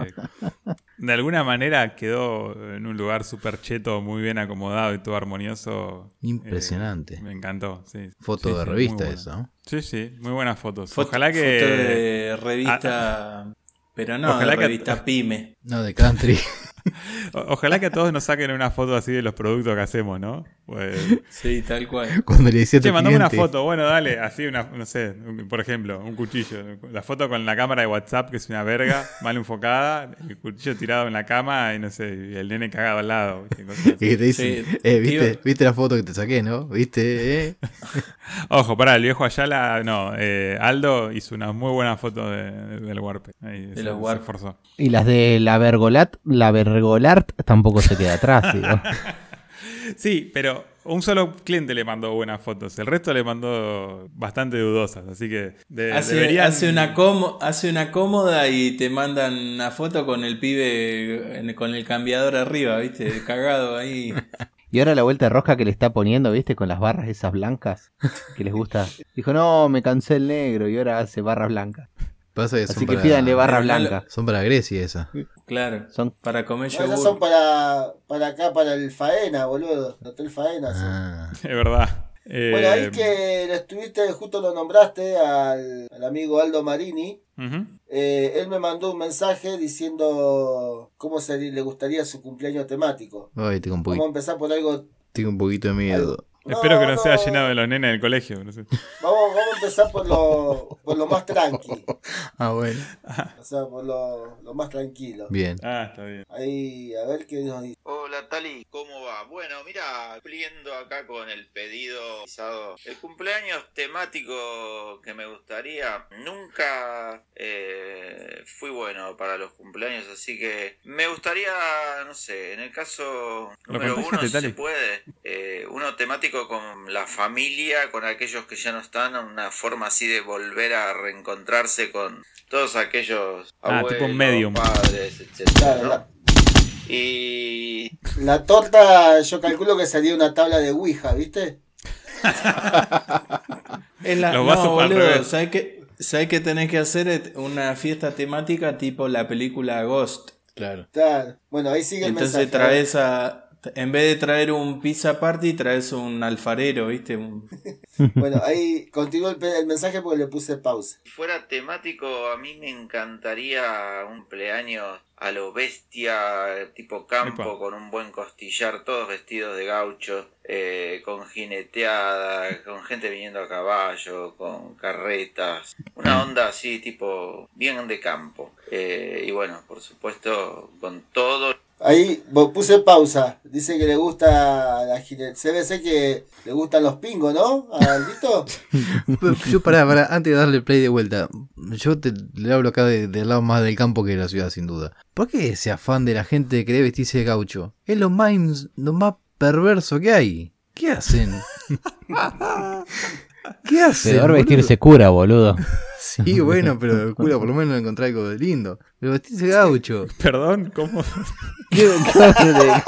[SPEAKER 2] de alguna manera quedó en un lugar súper cheto, muy bien acomodado y todo armonioso.
[SPEAKER 3] Impresionante.
[SPEAKER 2] Eh, me encantó, sí. Sí,
[SPEAKER 3] foto de
[SPEAKER 2] sí, muy
[SPEAKER 3] revista
[SPEAKER 2] buena.
[SPEAKER 3] esa, ¿no?
[SPEAKER 2] Sí, sí, muy buenas fotos.
[SPEAKER 1] Foto,
[SPEAKER 2] Ojalá que...
[SPEAKER 1] foto de revista. Pero no,
[SPEAKER 2] Ojalá
[SPEAKER 1] de
[SPEAKER 2] que-
[SPEAKER 1] revista Pyme.
[SPEAKER 3] No, de country.
[SPEAKER 2] O- Ojalá que a todos nos saquen una foto así de los productos que hacemos, ¿no? Pues,
[SPEAKER 1] Sí, tal cual.
[SPEAKER 3] Cuando le decía a tu
[SPEAKER 2] che, mandame una
[SPEAKER 3] cliente,
[SPEAKER 2] foto, bueno, dale, así una, no sé, un- por ejemplo, un cuchillo. La foto con la cámara de WhatsApp, que es una verga, mal enfocada, el cuchillo tirado en la cama y no sé, y el nene cagado al lado. viste, cosas así.
[SPEAKER 3] Y te dice,
[SPEAKER 1] Sí,
[SPEAKER 3] eh, ¿viste,
[SPEAKER 1] tío.
[SPEAKER 3] ¿viste la foto que te saqué, no? ¿Viste? eh?
[SPEAKER 2] Ojo, pará, el viejo Ayala, no, eh, Aldo hizo una muy buena foto de- del Warpe. Ahí, se-
[SPEAKER 1] los
[SPEAKER 2] se
[SPEAKER 1] Warped.
[SPEAKER 2] esforzó.
[SPEAKER 6] Y las de la Vergolat, la Vergolart tampoco se queda atrás, digo.
[SPEAKER 2] Sí, pero un solo cliente le mandó buenas fotos, el resto le mandó bastante dudosas, así que de-
[SPEAKER 1] Hace,
[SPEAKER 2] eh, deberían-
[SPEAKER 1] hace una cómo- hace una cómoda y te mandan una foto con el pibe en- con el cambiador arriba, ¿viste? Cagado ahí.
[SPEAKER 6] Y ahora la vuelta de rosca que le está poniendo, ¿viste? Con las barras esas blancas que les gusta. Dijo, no, me cansé el negro y ahora hace barras blancas.
[SPEAKER 3] Pasa que son
[SPEAKER 6] Así que
[SPEAKER 3] para-
[SPEAKER 6] pídanle barra
[SPEAKER 1] Pero no lo-
[SPEAKER 6] blanca.
[SPEAKER 3] Son para Grecia esa.
[SPEAKER 1] Claro.
[SPEAKER 6] Son...
[SPEAKER 1] Para comer
[SPEAKER 5] No, esas
[SPEAKER 1] yogur.
[SPEAKER 5] son para, para acá, para el Faena, boludo. El Hotel Faena. sí.
[SPEAKER 3] Ah,
[SPEAKER 2] Es verdad. Eh,
[SPEAKER 5] Bueno, ahí que lo estuviste, justo lo nombraste al, al amigo Aldo Marini.
[SPEAKER 2] ujú.
[SPEAKER 5] Eh, él me mandó un mensaje diciendo cómo se, le gustaría su cumpleaños temático.
[SPEAKER 3] Ay, tengo Ah, un,
[SPEAKER 5] Vamos a
[SPEAKER 3] poqui-
[SPEAKER 5] empezar por algo.
[SPEAKER 3] tengo un poquito de miedo.
[SPEAKER 5] No,
[SPEAKER 2] Espero que no, sea
[SPEAKER 5] no.
[SPEAKER 2] llenado de los nenes del colegio. no sé.
[SPEAKER 5] Vamos, vamos a empezar por lo, por lo más tranqui.
[SPEAKER 3] Ah, bueno.
[SPEAKER 5] O sea, por lo, lo más tranquilo.
[SPEAKER 3] Bien.
[SPEAKER 2] Ah, está bien.
[SPEAKER 5] Ahí, a ver qué nos dice.
[SPEAKER 9] Hola Tali, ¿cómo va? Bueno, mira, cumpliendo acá con el pedido realizado. El cumpleaños temático que me gustaría, nunca eh, fui bueno para los cumpleaños, así que me gustaría, no sé, en el caso
[SPEAKER 2] Lo
[SPEAKER 9] número uno,
[SPEAKER 2] contagiaste,
[SPEAKER 9] si
[SPEAKER 2] Tali.
[SPEAKER 9] se puede, eh, uno temático con la familia, con aquellos que ya no están, una forma así de volver a reencontrarse con todos aquellos
[SPEAKER 2] Ah,
[SPEAKER 9] abuelos,
[SPEAKER 2] tipo un medium.
[SPEAKER 9] padres, etcétera,
[SPEAKER 5] Claro,
[SPEAKER 9] ¿no?
[SPEAKER 5] la,
[SPEAKER 9] Y
[SPEAKER 5] la torta, yo calculo que sería una tabla de Ouija, ¿viste?
[SPEAKER 1] Es la-
[SPEAKER 2] Los vasos
[SPEAKER 1] no,
[SPEAKER 2] para el
[SPEAKER 1] boludo,
[SPEAKER 2] revés.
[SPEAKER 1] ¿sabes qué, ¿sabés qué tenés que hacer? Es Una fiesta temática tipo la película Ghost.
[SPEAKER 10] Claro.
[SPEAKER 5] Claro. Bueno, ahí sigue el
[SPEAKER 1] Entonces
[SPEAKER 5] mensaje.
[SPEAKER 1] traes a... En vez de traer un pizza party, traes un alfarero, ¿viste? Un-
[SPEAKER 5] Bueno, ahí continúa el, pe- el mensaje porque le puse pausa.
[SPEAKER 9] Si fuera temático, a mí me encantaría un cumpleaños a lo bestia, tipo campo,
[SPEAKER 2] Epa.
[SPEAKER 9] con un buen costillar, todos vestidos de gaucho, eh, con jineteada, con gente viniendo a caballo, con carretas, una onda así, tipo bien de campo. Eh, y bueno, por supuesto, con todo
[SPEAKER 5] Ahí bo- puse pausa. Dice que le gusta la jinete. CBC que le gustan los pingos, ¿no? ¿A Aldito?
[SPEAKER 3] Yo pará, pará, antes de darle play de vuelta, yo te le hablo acá de- del lado más del campo que de la ciudad, sin duda. ¿Por qué ese afán de la gente de querer vestirse de gaucho? Es lo más, ins- lo más perverso que hay. ¿Qué hacen? ¿Qué hacen?
[SPEAKER 6] Peor
[SPEAKER 3] boludo?
[SPEAKER 6] vestirse cura, boludo.
[SPEAKER 3] Sí, bueno, pero el culo por lo menos encontrar algo de lindo. Pero vestirse de gaucho.
[SPEAKER 2] Perdón, ¿cómo?
[SPEAKER 6] ¿Qué, qué hay de-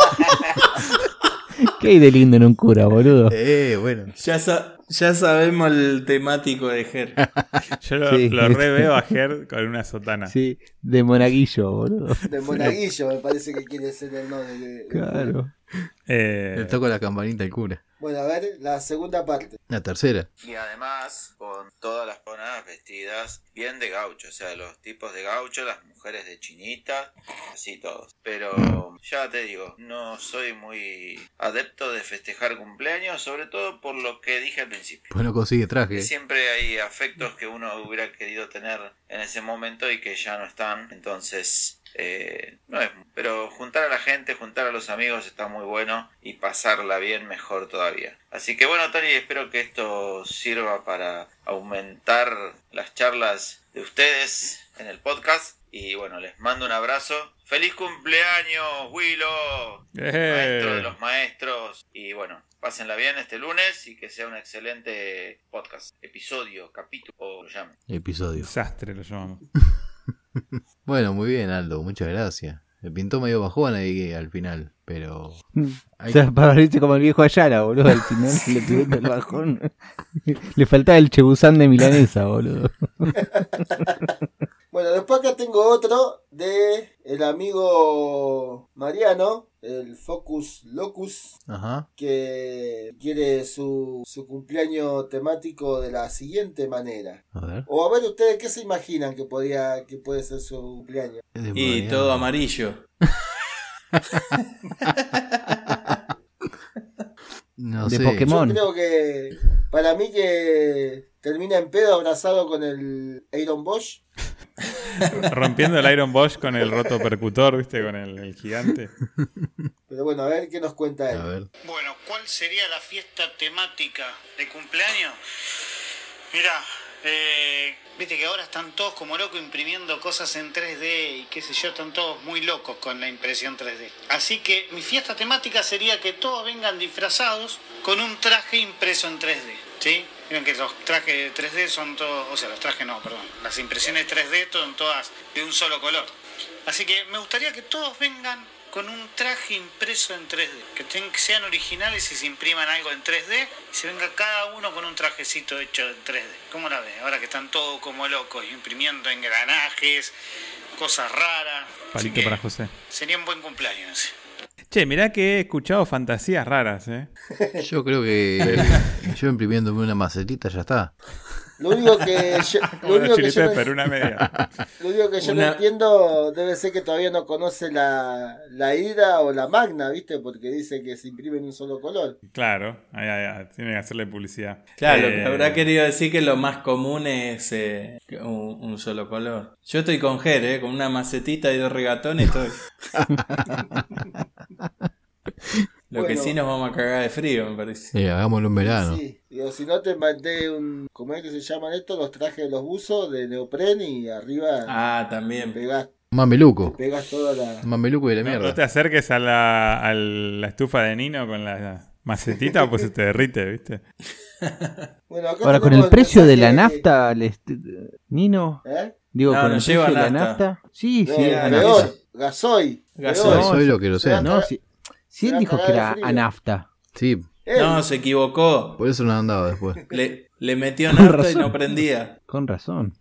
[SPEAKER 6] qué hay de lindo en un cura, boludo?
[SPEAKER 3] Eh, bueno.
[SPEAKER 1] Ya, sa- ya sabemos el temático de Ger.
[SPEAKER 2] Yo lo,
[SPEAKER 6] Sí.
[SPEAKER 2] lo reveo a Ger con una sotana.
[SPEAKER 6] Sí, de monaguillo, boludo.
[SPEAKER 5] De monaguillo, me parece que quiere ser el no. de- de-
[SPEAKER 6] Claro.
[SPEAKER 2] Eh,
[SPEAKER 3] Le toco la campanita al cura.
[SPEAKER 5] Bueno, a ver, la segunda parte.
[SPEAKER 3] La tercera.
[SPEAKER 9] Y además, con todas las zonas vestidas bien de gaucho, o sea, los tipos de gaucho, las mujeres de chinita, así todos. Pero ya te digo, no soy muy adepto de festejar cumpleaños, sobre todo por lo que dije al principio.
[SPEAKER 3] Pues no consigue traje.
[SPEAKER 9] Siempre hay afectos que uno hubiera querido tener en ese momento y que ya no están, entonces eh, no es. Pero juntar a la gente, juntar a los amigos está muy bueno y pasarla bien mejor todavía. Así que bueno, Tony, espero que esto sirva para aumentar las charlas de ustedes en el podcast. Y bueno, les mando un abrazo. ¡Feliz cumpleaños, Willow! Maestro de
[SPEAKER 2] eh,
[SPEAKER 9] los maestros. Y bueno, pásenla bien este lunes y que sea un excelente podcast, episodio, capítulo, o lo llamen.
[SPEAKER 3] Episodio.
[SPEAKER 2] desastre lo llamamos.
[SPEAKER 3] Bueno, muy bien, Aldo. Muchas gracias. Me pintó medio bajón ahí al final, pero...
[SPEAKER 6] O sea, para abrirse como el viejo Ayala, boludo. Al final le tuvieron el bajón. Le faltaba el chebuzán de milanesa, boludo.
[SPEAKER 5] Bueno, después acá tengo otro de el amigo Mariano, el Focus Locus,
[SPEAKER 3] Ajá.
[SPEAKER 5] que quiere su, su cumpleaños temático de la siguiente manera.
[SPEAKER 3] A ver.
[SPEAKER 5] O a ver ustedes qué se imaginan que podía, que puede ser su cumpleaños.
[SPEAKER 3] Eh,
[SPEAKER 1] Y todo amarillo.
[SPEAKER 3] No
[SPEAKER 6] De
[SPEAKER 3] sé.
[SPEAKER 6] Pokémon. Mon.
[SPEAKER 5] Yo creo que para mí que termina en pedo abrazado con el Iron Bosch.
[SPEAKER 2] Rompiendo el Iron Bosch con el roto percutor, ¿viste? Con el, el gigante.
[SPEAKER 5] Pero bueno, a ver qué nos cuenta
[SPEAKER 3] A
[SPEAKER 5] él.
[SPEAKER 3] ver.
[SPEAKER 9] Bueno, ¿cuál sería la fiesta temática de cumpleaños? Mirá, eh, viste que ahora están todos como locos imprimiendo cosas en 3D y qué sé yo, están todos muy locos con la impresión 3D. Así que mi fiesta temática sería que todos vengan disfrazados con un traje impreso en 3D, ¿sí? Miren que los trajes 3D son todos, o sea, los trajes no, perdón, las impresiones 3D son todas de un solo color. Así que me gustaría que todos vengan con un traje impreso en 3D, que ten- que sean originales y se impriman algo en 3D, y se venga cada uno con un trajecito hecho en 3D. ¿Cómo la ves? Ahora que están todos como locos, imprimiendo engranajes, cosas raras. Así
[SPEAKER 2] Palito
[SPEAKER 9] que
[SPEAKER 2] para José.
[SPEAKER 9] Sería un buen cumpleaños.
[SPEAKER 2] Che, mirá que he escuchado fantasías raras, ¿eh?
[SPEAKER 3] Yo creo que Yo imprimiéndome una macetita, ya está.
[SPEAKER 5] Lo único que yo, lo
[SPEAKER 2] Una
[SPEAKER 5] único que
[SPEAKER 2] chili
[SPEAKER 5] yo no-
[SPEAKER 2] pepper, una media.
[SPEAKER 5] Lo único que yo
[SPEAKER 1] Una-
[SPEAKER 5] no entiendo debe ser que todavía no conoce la, la ira o la magna, ¿viste? Porque dice que se imprime en un solo color.
[SPEAKER 2] Claro, ahí, ahí, ahí, tiene que hacerle publicidad.
[SPEAKER 1] Claro, lo
[SPEAKER 2] Eh,
[SPEAKER 1] que habrá querido decir que lo más común es eh, un, un solo color. Yo estoy con Ger, eh, con una macetita y dos regatones. Estoy. lo que
[SPEAKER 5] Bueno.
[SPEAKER 1] sí nos vamos a cagar de frío, me parece.
[SPEAKER 3] Sí, hagámoslo en Eh, verano.
[SPEAKER 5] Sí. Digo, si no te mandé un. ¿Cómo es que se llaman estos? Los trajes de los buzos de neopren y arriba
[SPEAKER 1] Ah, también.
[SPEAKER 5] pegás,
[SPEAKER 3] Mameluco.
[SPEAKER 5] pegás toda la.
[SPEAKER 3] Mameluco y la
[SPEAKER 2] No, no
[SPEAKER 3] mierda.
[SPEAKER 2] te acerques a la, a la estufa de Nino con la, la macetita, pues se te derrite, ¿viste?
[SPEAKER 5] Bueno, acá
[SPEAKER 6] Ahora, con
[SPEAKER 5] tenemos
[SPEAKER 6] el precio de la
[SPEAKER 5] mensaje
[SPEAKER 6] nafta, les- Nino,
[SPEAKER 5] que- ¿Eh?
[SPEAKER 6] digo,
[SPEAKER 1] No,
[SPEAKER 6] con
[SPEAKER 1] no
[SPEAKER 6] el
[SPEAKER 1] lleva
[SPEAKER 6] precio de la
[SPEAKER 1] nafta.
[SPEAKER 6] nafta. Sí,
[SPEAKER 5] No,
[SPEAKER 6] sí,
[SPEAKER 1] la
[SPEAKER 6] no,
[SPEAKER 5] peor, gasoil.
[SPEAKER 1] Gasoil.
[SPEAKER 5] peor.
[SPEAKER 3] No, soy lo que lo sea.
[SPEAKER 5] No,
[SPEAKER 6] No,
[SPEAKER 5] se-
[SPEAKER 6] si, si
[SPEAKER 5] se
[SPEAKER 6] él
[SPEAKER 5] va a
[SPEAKER 6] dijo
[SPEAKER 5] cagar
[SPEAKER 6] que
[SPEAKER 5] de
[SPEAKER 6] era
[SPEAKER 5] frío.
[SPEAKER 6] anafta.
[SPEAKER 3] Sí,
[SPEAKER 5] Eh,
[SPEAKER 1] No, se equivocó.
[SPEAKER 3] por eso no andaba después.
[SPEAKER 1] Le, le metió
[SPEAKER 6] Con
[SPEAKER 1] nafta y
[SPEAKER 6] razón.
[SPEAKER 1] no prendía.
[SPEAKER 6] Con razón.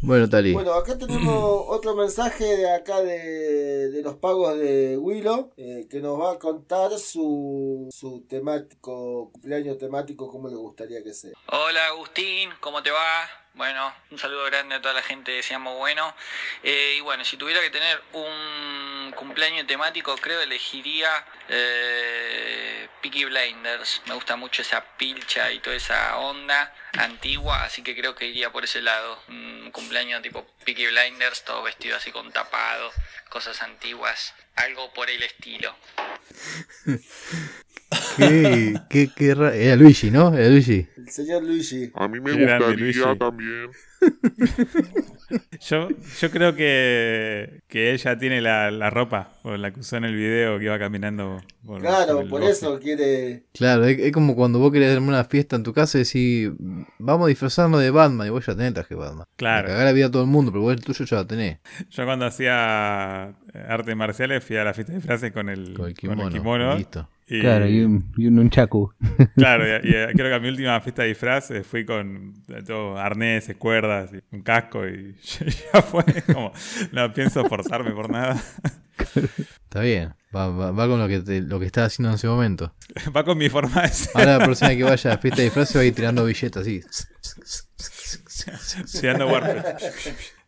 [SPEAKER 3] Bueno, Tali.
[SPEAKER 5] Bueno, acá tenemos otro mensaje de acá de, de los pagos de Willow, eh, que nos va a contar su, su temático, cumpleaños temático, cómo le gustaría que sea.
[SPEAKER 10] Hola Agustín, ¿cómo te va? Bueno, un saludo grande a toda la gente de Seamos Bueno. Eh, y bueno, si tuviera que tener un cumpleaños temático, creo elegiría eh, Peaky Blinders. Me gusta mucho esa pilcha y toda esa onda antigua, así que creo que iría por ese lado. Un cumpleaños tipo Peaky Blinders, todo vestido así con tapado, cosas antiguas, algo por el estilo.
[SPEAKER 3] ¿Qué, qué, qué ra- Era Luigi, ¿no? Era Luigi.
[SPEAKER 5] El señor Luigi.
[SPEAKER 11] A mí me
[SPEAKER 2] Qué grande,
[SPEAKER 11] gustaría
[SPEAKER 2] Luigi.
[SPEAKER 11] también.
[SPEAKER 2] Yo, yo creo que, que ella tiene la, la ropa, o la que usó en el video que iba caminando. por-
[SPEAKER 5] Claro,
[SPEAKER 2] el
[SPEAKER 5] por
[SPEAKER 2] bosque.
[SPEAKER 5] eso quiere...
[SPEAKER 3] Claro, es, es como cuando vos querés hacer una fiesta en tu casa y decís, vamos a disfrazarnos de Batman y vos ya tenés el traje de Batman.
[SPEAKER 2] Claro.
[SPEAKER 3] Le cagás la vida a todo el mundo, pero vos el tuyo ya lo tenés.
[SPEAKER 2] Yo cuando hacía eh, artes marciales fui a la fiesta de disfraces con el,
[SPEAKER 3] Con el kimono.
[SPEAKER 2] kimono,
[SPEAKER 3] Listo.
[SPEAKER 2] y-
[SPEAKER 6] Claro, y un, y un nunchaku.
[SPEAKER 2] Claro, y, y creo que a mi última fiesta de disfraz eh, fui con todo, arneses, cuerdas, y un casco y ya fue como, no pienso forzarme por nada.
[SPEAKER 3] Está bien. Va, va- va con lo que, te- lo que estás haciendo en ese momento.
[SPEAKER 2] Va con mi forma de ser,
[SPEAKER 3] Ahora la persona que vaya a la fiesta de disfraz se va a ir tirando billetes así.
[SPEAKER 2] tirando Warfare.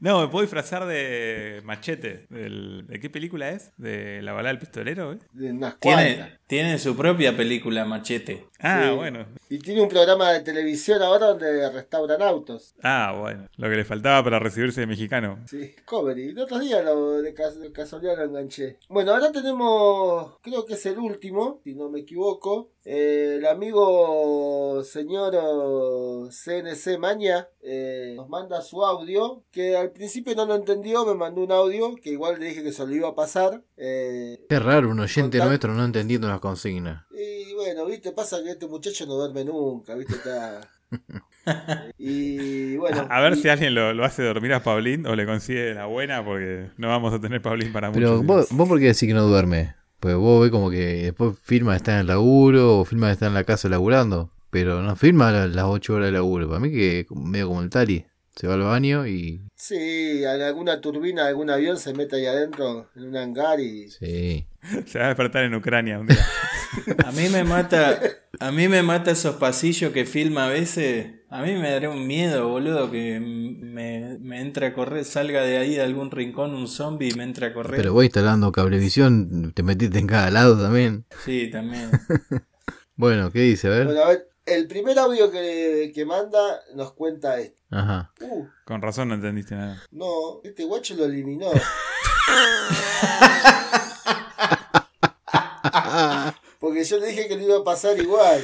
[SPEAKER 2] No, me puedo disfrazar de machete. del- ¿De qué película es? ¿De la balada del pistolero? eh?
[SPEAKER 5] de Unas cuantas.
[SPEAKER 1] Tiene, tiene su propia película, Machete.
[SPEAKER 2] Ah,
[SPEAKER 5] Sí.
[SPEAKER 2] bueno.
[SPEAKER 5] Y tiene un programa de televisión ahora donde restauran autos.
[SPEAKER 2] Ah, bueno. Lo que le faltaba para recibirse de mexicano.
[SPEAKER 5] Sí, Covery. El otro día lo de, cas- de casualidad lo enganché. Bueno, ahora tenemos, creo que es el último, si no me equivoco. Eh, el amigo señor oh, CNC Maña eh, nos manda su audio, que al principio no lo entendió, me mandó un audio, que igual le dije que se lo iba a pasar. Eh,
[SPEAKER 3] Qué raro, un oyente
[SPEAKER 5] Contá-
[SPEAKER 3] nuestro no entendiendo las consignas.
[SPEAKER 5] y bueno, viste, pasa que este muchacho no duerme nunca, viste, está... Y bueno,
[SPEAKER 2] A ver
[SPEAKER 5] y-
[SPEAKER 2] si alguien lo, lo hace dormir a Paulín o le consigue la buena, porque no vamos a tener Paulín para
[SPEAKER 3] Pero
[SPEAKER 2] mucho.
[SPEAKER 3] vos, vos por qué decís que no duerme? Pues vos ves como que después firma que está en el laburo o firma que está en la casa laburando. Pero no firma la- las 8 horas de laburo. Para mí que es medio como el Tali. Se va al baño y...
[SPEAKER 5] Sí, en alguna turbina de algún avión se mete ahí adentro, en un hangar y...
[SPEAKER 3] Sí.
[SPEAKER 2] Se va a despertar en Ucrania un día.
[SPEAKER 1] A mí me mata, a mí me mata esos pasillos que filma a veces. A mí me daría un miedo, boludo, que me, me entre a correr, salga de ahí de algún rincón un zombie y me entre a correr.
[SPEAKER 3] Pero vos instalando cablevisión, te metiste en cada lado también.
[SPEAKER 1] Sí, también.
[SPEAKER 3] Bueno, ¿qué dice? A ver.
[SPEAKER 5] Bueno, a ver, el primer audio que, que manda nos cuenta esto.
[SPEAKER 2] Ah.
[SPEAKER 3] Ajá.
[SPEAKER 5] Uh,
[SPEAKER 2] Con razón no entendiste nada.
[SPEAKER 5] no, este guacho lo eliminó. Porque yo le dije que lo iba a pasar igual.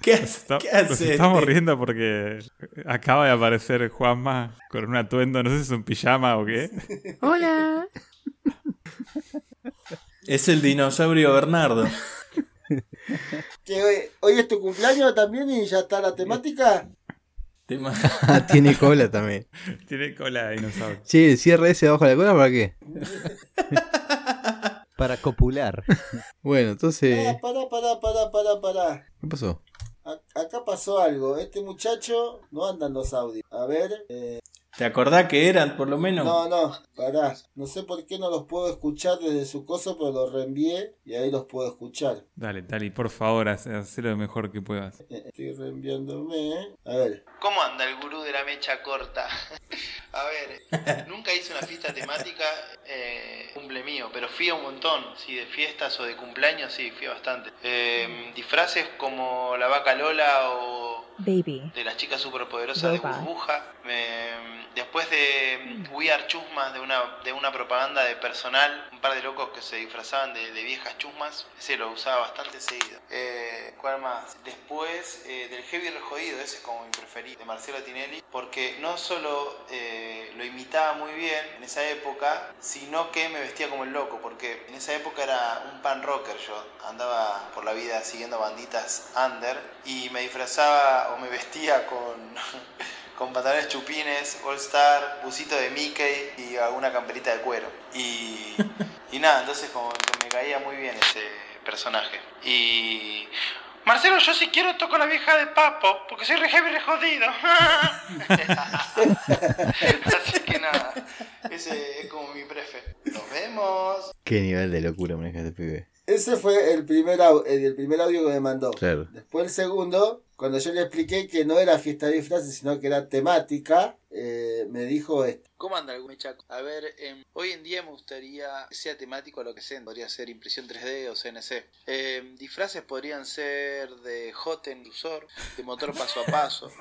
[SPEAKER 1] ¿Qué, hace-
[SPEAKER 2] Está-
[SPEAKER 1] qué
[SPEAKER 2] nos
[SPEAKER 1] hace?
[SPEAKER 2] estamos
[SPEAKER 1] este?
[SPEAKER 2] riendo porque acaba de aparecer Juanma con un atuendo, no sé si es un pijama o qué.
[SPEAKER 3] Hola.
[SPEAKER 1] Es el dinosaurio Bernardo.
[SPEAKER 5] Que hoy, hoy es tu cumpleaños también y ya está la temática.
[SPEAKER 1] Te ma-
[SPEAKER 3] Tiene cola también.
[SPEAKER 2] Tiene cola de dinosaurio.
[SPEAKER 3] Che, cierre ese abajo de la cola para qué?
[SPEAKER 6] Para copular.
[SPEAKER 3] Bueno, entonces...
[SPEAKER 5] Ah, pará, pará, pará, pará, pará.
[SPEAKER 3] ¿Qué pasó?
[SPEAKER 5] A- Acá pasó algo. Este muchacho no andan los audios. A ver, eh,
[SPEAKER 1] ¿Te acordás que eran, por lo menos?
[SPEAKER 5] No, no, pará. No sé por qué no los puedo escuchar desde su coso, pero los reenvié y ahí los puedo escuchar.
[SPEAKER 2] Dale, Tali, por favor, haz, haz lo mejor que puedas.
[SPEAKER 5] Eh, Estoy reenviándome. ¿eh? A ver.
[SPEAKER 11] ¿Cómo anda el gurú de la mecha corta? a ver, nunca hice una fiesta temática eh, cumple mío, pero fui a un montón. Sí, de fiestas o de cumpleaños, sí, fui a bastante. Eh, disfraces como la vaca Lola o
[SPEAKER 12] Baby.
[SPEAKER 11] de las chicas superpoderosas de
[SPEAKER 12] Lola.
[SPEAKER 11] burbuja. Me- después de We Are Chusmas, de una, de una propaganda de personal, un par de locos que se disfrazaban de, de viejas chusmas, ese lo usaba bastante seguido. Eh, ¿Cuál más? Después eh, del Heavy Rejodido, ese es como mi preferido, de Marcelo Tinelli, porque no solo eh, lo imitaba muy bien en esa época, sino que me vestía como el loco, porque en esa época era un pan rocker yo, andaba por la vida siguiendo banditas under y me disfrazaba o me vestía con... con pantalones chupines, All Star, busito de Mickey y alguna camperita de cuero. Y, y nada, entonces como que me caía muy bien ese personaje. Y
[SPEAKER 9] Marcelo, yo si quiero toco la vieja de papo, porque soy re heavy re jodido.
[SPEAKER 11] así que nada, ese es como mi prefe. Nos vemos.
[SPEAKER 3] Qué nivel de locura maneja este pibe.
[SPEAKER 5] Ese fue el primer, au- el, el primer audio que me mandó.
[SPEAKER 3] Claro.
[SPEAKER 5] Después el segundo, cuando yo le expliqué que no era fiesta de disfraces, sino que era temática, eh, me dijo esto.
[SPEAKER 11] ¿Cómo anda el mechaco? A ver, em, hoy en día me gustaría que sea temático a lo que sea. Podría ser impresión 3D o CNC. Em, disfraces podrían ser de Joten, dusor, de motor paso a paso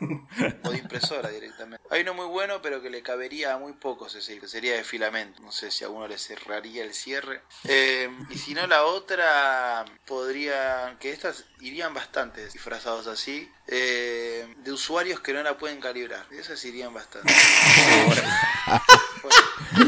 [SPEAKER 11] o de impresora directamente. Hay uno muy bueno, pero que le cabería a muy pocos ese, que sería de filamento. No sé si a uno le cerraría el cierre. Em, y si no, la otra podría. que estas irían bastante disfrazados así. em, de usuarios que no la pueden calibrar. Esas irían bastante. Bueno,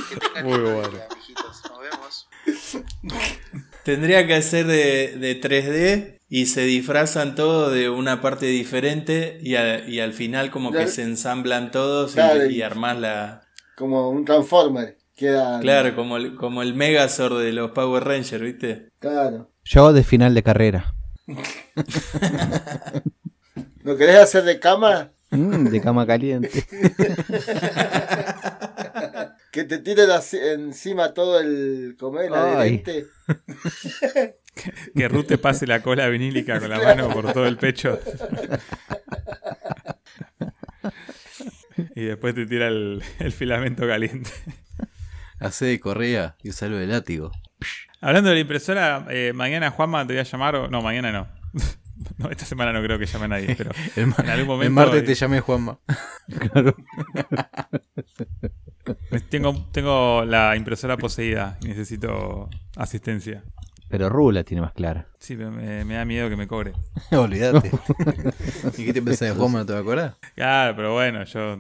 [SPEAKER 11] que tengan
[SPEAKER 1] Muy
[SPEAKER 11] linda
[SPEAKER 1] bueno.
[SPEAKER 11] vida, mijitos. Nos vemos.
[SPEAKER 1] Tendría que ser de, de 3D y se disfrazan todo de una parte diferente y, a- y al final como que
[SPEAKER 5] Claro.
[SPEAKER 1] se ensamblan todos y-
[SPEAKER 5] Claro.
[SPEAKER 1] y, armás la...
[SPEAKER 5] Como un Transformer. Queda.
[SPEAKER 1] Claro, como el, como el Megazord de los Power Rangers, ¿viste?
[SPEAKER 5] Claro.
[SPEAKER 6] Yo de final de carrera.
[SPEAKER 5] ¿Lo querés hacer de cama?
[SPEAKER 6] Mm, de cama caliente.
[SPEAKER 5] que te tiren así- encima todo el. comer el
[SPEAKER 2] Ay.
[SPEAKER 5] adherente.
[SPEAKER 2] Que Ruth te pase la cola vinílica con la mano por todo el pecho. Y después te tira el, el filamento caliente.
[SPEAKER 3] Hace de correa y usalo de látigo.
[SPEAKER 2] Hablando de la impresora, eh, mañana Juanma te voy a llamar. o- No, mañana no. No, esta semana no creo que llame a nadie, pero
[SPEAKER 3] El, ma-
[SPEAKER 2] en algún momento.
[SPEAKER 3] el martes te
[SPEAKER 2] eh,
[SPEAKER 3] llamé Juanma.
[SPEAKER 2] Tengo, tengo la impresora poseída y necesito asistencia.
[SPEAKER 6] Pero Rula tiene más clara.
[SPEAKER 2] Sí, pero me, me da miedo que me cobre.
[SPEAKER 3] Olvídate. ¿Y qué te pensás de Juanma? ¿No te va a acordar?
[SPEAKER 2] Claro, pero bueno, yo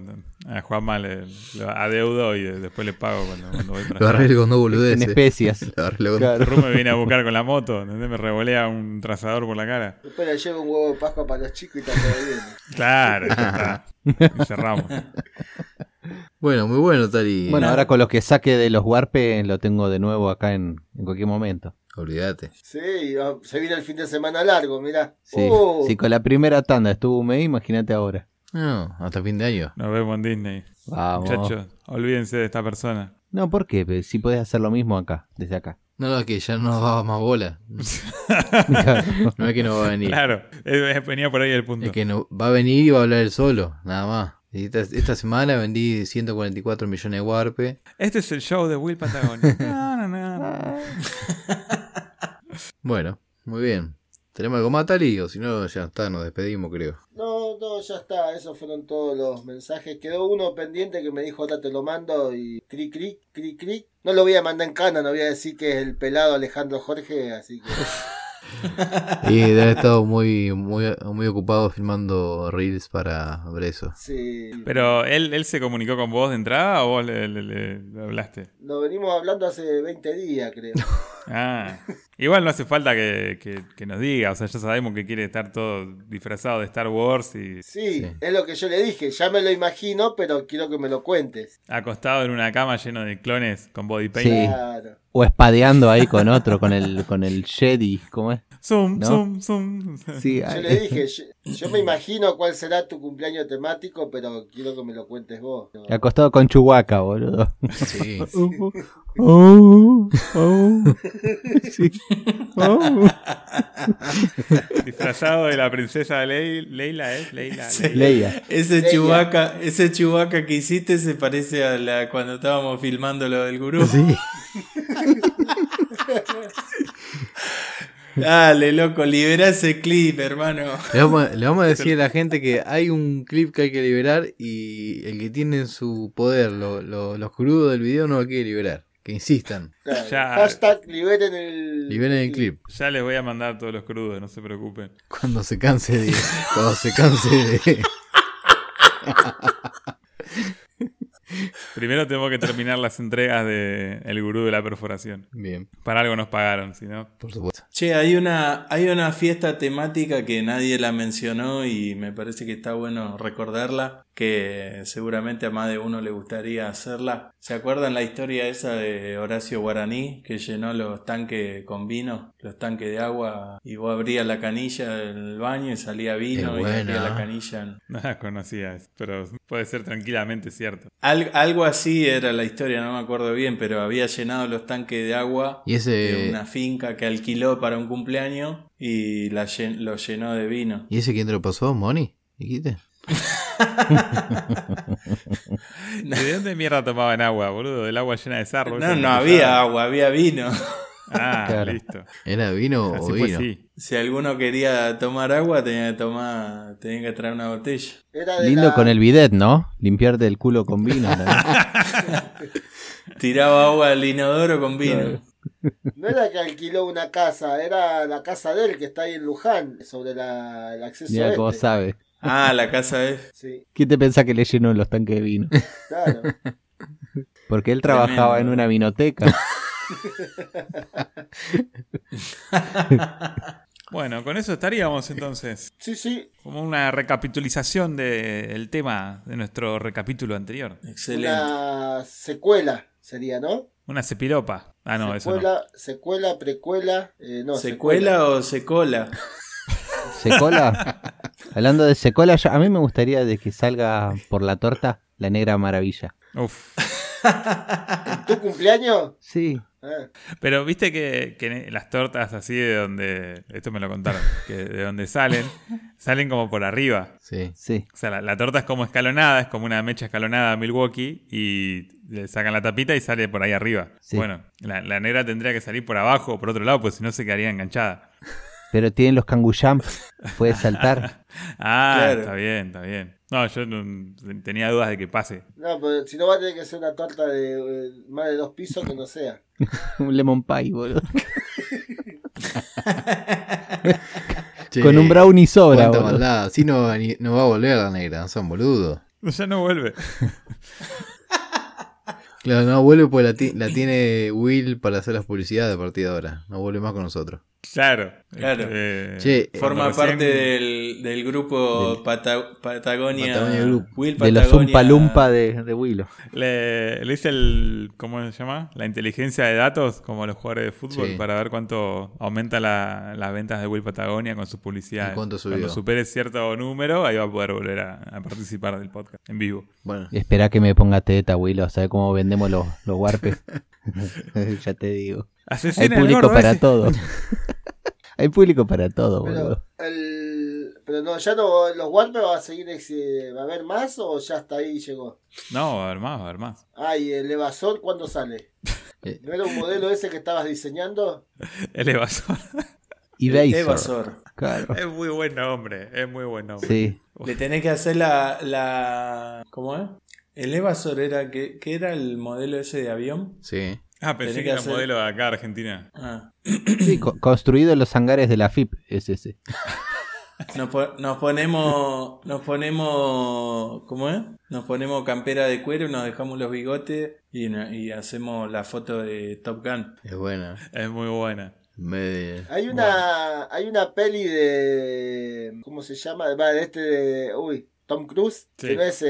[SPEAKER 2] a Juanma le, lo adeudo y de- después le pago cuando, cuando voy para
[SPEAKER 3] Lo
[SPEAKER 2] allá.
[SPEAKER 3] arreglo no boludeces.
[SPEAKER 6] En especies.
[SPEAKER 3] Lo arreglo con-
[SPEAKER 6] Claro.
[SPEAKER 2] Ru me viene a buscar con la moto, ¿entendés? Me revolea un trazador por la cara.
[SPEAKER 5] Después le llevo un huevo de pascua para los chicos y está todo bien.
[SPEAKER 2] Claro, ya está. Y Ah, cerramos.
[SPEAKER 3] Bueno, muy bueno, Tali.
[SPEAKER 6] Bueno, ahora con los que saque de los Warpes lo tengo de nuevo acá en, en cualquier momento.
[SPEAKER 3] Olvídate.
[SPEAKER 5] Sí, va- se viene el fin de semana largo, mirá.
[SPEAKER 6] Sí.
[SPEAKER 5] Uh,
[SPEAKER 6] Si con la primera tanda estuvo me imagínate ahora.
[SPEAKER 3] No, hasta fin de año.
[SPEAKER 2] Nos vemos en Disney.
[SPEAKER 6] Vamos.
[SPEAKER 2] Muchachos, olvídense de esta persona.
[SPEAKER 6] No, ¿por qué? Pe- Si podés hacer lo mismo acá, desde acá.
[SPEAKER 3] No, es que ya no nos daba más bola. no es que no va a venir.
[SPEAKER 2] Claro, eh, venía por ahí el punto.
[SPEAKER 3] Es que no, va a venir y va a hablar él solo, nada más. Y esta, esta semana vendí 144 millones de warpe.
[SPEAKER 2] Este es el show de Will Patagonia. No, no, no.
[SPEAKER 3] Ah. Bueno, muy bien. ¿Tenemos algo más, Tali? O si no, ya está, nos despedimos, creo.
[SPEAKER 5] No, no, ya está. Esos fueron todos los mensajes. Quedó uno pendiente que me dijo, ahora te lo mando y cri cri, cri cri. No lo voy a mandar en cana, no voy a decir que es el pelado Alejandro Jorge, así que...
[SPEAKER 3] Y de haber estado muy, muy, muy ocupado filmando reels para Breso.
[SPEAKER 5] Sí.
[SPEAKER 2] Pero él, él se comunicó con vos de entrada o vos le, le- le- le hablaste.
[SPEAKER 5] Lo venimos hablando hace 20 días, creo.
[SPEAKER 2] Ah. Igual no hace falta que, que- que nos diga, o sea, ya sabemos que quiere estar todo disfrazado de Star Wars y
[SPEAKER 5] Sí, es lo que yo le dije. Ya me lo imagino, pero quiero que me lo cuentes.
[SPEAKER 2] acostado en una cama lleno de clones con body paint.
[SPEAKER 6] Sí.
[SPEAKER 5] Claro.
[SPEAKER 6] O espadeando ahí con otro, con el, con el Jedi, ¿cómo es?
[SPEAKER 2] Zoom,
[SPEAKER 6] ¿No?
[SPEAKER 2] zoom, zoom.
[SPEAKER 6] Sí,
[SPEAKER 5] Yo le dije, yo, yo me imagino cuál será tu cumpleaños temático, pero quiero que me lo cuentes vos. ¿no?
[SPEAKER 6] Acostado con Chubaca, boludo.
[SPEAKER 3] Sí.
[SPEAKER 6] Uh, uh, uh. Sí.
[SPEAKER 3] Oh.
[SPEAKER 6] Uh.
[SPEAKER 2] Disfrazado de la princesa Ley- Leila, ¿eh? Leila.
[SPEAKER 1] Ese-
[SPEAKER 6] Leia.
[SPEAKER 1] Ese
[SPEAKER 5] Leia.
[SPEAKER 1] Chewbacca, ese Chewbacca que hiciste se parece a la cuando estábamos filmando lo del gurú.
[SPEAKER 6] Sí.
[SPEAKER 1] Dale, loco, libera ese clip, hermano.
[SPEAKER 3] Le vamos, a- le vamos a decir a la gente que hay un clip que hay que liberar y el que tiene en su poder lo- lo- los crudos del video no lo quiere liberar. Que insistan,
[SPEAKER 5] Claro.
[SPEAKER 2] Ya.
[SPEAKER 5] Hashtag liberen el.
[SPEAKER 3] liberen el clip
[SPEAKER 2] Ya les voy a mandar todos los crudos, no se preocupen.
[SPEAKER 3] cuando se canse de. Cuando se canse de.
[SPEAKER 2] Primero tenemos que terminar las entregas de El Gurú de la Perforación.
[SPEAKER 3] Bien,
[SPEAKER 2] Para algo nos pagaron, si no.
[SPEAKER 3] por supuesto.
[SPEAKER 1] Che, hay una, hay una fiesta temática que nadie la mencionó y me parece que está bueno recordarla, que seguramente a más de uno le gustaría hacerla. ¿Se acuerdan la historia esa de Horacio Guaraní que llenó los tanques con vino, los tanques de agua y vos abrías la canilla del baño y salía vino
[SPEAKER 3] Qué
[SPEAKER 1] y abrías
[SPEAKER 3] buena.
[SPEAKER 1] la canilla? en-
[SPEAKER 2] No las conocía, pero puede ser tranquilamente cierto.
[SPEAKER 1] Al- algo así era la historia, no me acuerdo bien, pero había llenado los tanques de agua
[SPEAKER 3] Y
[SPEAKER 1] de
[SPEAKER 3] ese.
[SPEAKER 1] una finca que alquiló para un cumpleaños y la llen- lo llenó de vino.
[SPEAKER 3] ¿Y ese quién te lo pasó? ¿Moni? ¿Dijiste?
[SPEAKER 2] ¿De dónde mierda tomaban agua, boludo? Del agua llena de sarro.
[SPEAKER 1] No, no había agua, había vino.
[SPEAKER 2] Ah,
[SPEAKER 6] Claro.
[SPEAKER 2] listo.
[SPEAKER 3] ¿Era vino
[SPEAKER 2] Así
[SPEAKER 3] o
[SPEAKER 2] pues
[SPEAKER 3] vino?
[SPEAKER 2] sí.
[SPEAKER 1] Si alguno quería tomar agua, tenía que tomar, tenía que traer una botella.
[SPEAKER 5] Era de
[SPEAKER 6] Lindo
[SPEAKER 5] la-
[SPEAKER 6] con el bidet, ¿no? Limpiarte el culo con vino. ¿no?
[SPEAKER 1] Tiraba agua al inodoro con vino.
[SPEAKER 5] No era que alquiló una casa, era la casa de él que está ahí en Luján, sobre la, el acceso
[SPEAKER 6] Mira cómo
[SPEAKER 5] este.
[SPEAKER 6] sabe.
[SPEAKER 1] Ah, la casa es.
[SPEAKER 5] Sí,
[SPEAKER 6] ¿Quién te pensás que le llenó los tanques de vino?
[SPEAKER 5] claro.
[SPEAKER 6] Porque él trabajaba en
[SPEAKER 1] Tremendo.
[SPEAKER 6] una vinoteca.
[SPEAKER 2] Bueno, con eso estaríamos entonces.
[SPEAKER 5] Sí, sí.
[SPEAKER 2] Como una recapitulización del tema de nuestro recapítulo anterior.
[SPEAKER 1] Excelente.
[SPEAKER 5] Una secuela sería, ¿no?
[SPEAKER 2] Una cepiropa. Ah, no, eso no.
[SPEAKER 5] secuela, secuela, precuela. eh, no, secuela.
[SPEAKER 1] ¿Secuela o se cola?
[SPEAKER 6] ¿Secola? Hablando de secola, yo- a mí me gustaría de que salga por la torta la negra maravilla.
[SPEAKER 2] Uf.
[SPEAKER 5] ¿Tu cumpleaños?
[SPEAKER 6] Sí.
[SPEAKER 5] Ah,
[SPEAKER 2] Pero viste que, que las tortas así de donde. Esto me lo contaron. Que de donde salen, salen como por arriba.
[SPEAKER 3] Sí.
[SPEAKER 6] Sí.
[SPEAKER 2] O sea, la, la torta es como escalonada, es como una mecha escalonada a Milwaukee y le sacan la tapita y sale por ahí arriba.
[SPEAKER 6] Sí.
[SPEAKER 2] Bueno, la, la negra tendría que salir por abajo o por otro lado, pues si no se quedaría enganchada.
[SPEAKER 6] Pero tienen los cangullams. Puedes saltar.
[SPEAKER 2] Ah,
[SPEAKER 1] Claro.
[SPEAKER 2] está bien, está bien. No, yo no- tenía dudas de que pase.
[SPEAKER 5] no, pero si no va a tener que ser una torta de eh, más de dos pisos que no sea.
[SPEAKER 6] Un lemon pie, boludo.
[SPEAKER 3] Che,
[SPEAKER 6] Con un brownie sobra,
[SPEAKER 3] cuánta
[SPEAKER 6] boludo.
[SPEAKER 3] maldad. Así no, ni- no va a volver la negra, no son boludos.
[SPEAKER 2] Ya no vuelve.
[SPEAKER 3] Claro, no vuelve porque la, ti- la tiene Will para hacer las publicidades a partir de ahora. No vuelve más con nosotros.
[SPEAKER 2] Claro.
[SPEAKER 1] Claro.
[SPEAKER 2] Este,
[SPEAKER 3] Che, eh,
[SPEAKER 2] cuando
[SPEAKER 1] Forma
[SPEAKER 2] recién-
[SPEAKER 1] parte del, del grupo Pata- Patagonia.
[SPEAKER 3] Patagonia Group.
[SPEAKER 1] Will
[SPEAKER 6] De los
[SPEAKER 1] Patagonia-
[SPEAKER 6] umpalumpa de, de Willow.
[SPEAKER 2] Le, le hice el. ¿Cómo se llama? La inteligencia de datos, como los jugadores de fútbol,
[SPEAKER 3] Sí.
[SPEAKER 2] para ver cuánto aumenta la- las ventas de Will Patagonia con sus publicidades.
[SPEAKER 3] ¿Y cuánto subió?
[SPEAKER 2] Cuando supere cierto número, ahí va a poder volver a, a participar del podcast en vivo.
[SPEAKER 3] Bueno,
[SPEAKER 6] Espera que me ponga teta, Willow. ¿Sabes cómo vendemos los, los warpes? ya te digo. Hay
[SPEAKER 2] Asesina al
[SPEAKER 6] público
[SPEAKER 2] gordo
[SPEAKER 6] para
[SPEAKER 2] ese.
[SPEAKER 6] todo. Hay público para todo, boludo.
[SPEAKER 5] Pero, el, pero no, ya no, los Warpes va a seguir, ex- eh, va a haber más o ya hasta ahí llegó.
[SPEAKER 2] No, va a haber más, va a haber más.
[SPEAKER 5] Ah, y el Evasor, ¿cuándo sale? ¿No era un modelo ese que estabas diseñando?
[SPEAKER 2] El evasor.
[SPEAKER 6] Y
[SPEAKER 1] Evasor.
[SPEAKER 6] Basor. Claro.
[SPEAKER 2] es muy buen nombre, Eh, es muy buen nombre.
[SPEAKER 6] Sí.
[SPEAKER 1] Le tenés que hacer la. la ¿Cómo es? El Evasor era. ¿Qué, qué era el modelo ese de avión?
[SPEAKER 3] sí.
[SPEAKER 2] Ah, pensé
[SPEAKER 1] Tenés
[SPEAKER 2] que
[SPEAKER 1] que
[SPEAKER 2] era
[SPEAKER 1] hacer-
[SPEAKER 2] modelo de acá, Argentina.
[SPEAKER 1] Ah.
[SPEAKER 6] Sí, co- construido en los hangares de la FIP, es ese.
[SPEAKER 1] Nos, po- nos ponemos. Nos ponemos. ¿Cómo es? Nos ponemos campera de cuero, nos dejamos los bigotes y, no- y hacemos la foto de Top Gun.
[SPEAKER 3] Es buena.
[SPEAKER 2] Es muy buena.
[SPEAKER 3] En vez de-
[SPEAKER 5] Hay una, hay una peli de. ¿Cómo se llama? Va, de este de. Uy, Tom Cruise.
[SPEAKER 2] Sí.
[SPEAKER 5] Que no es eh,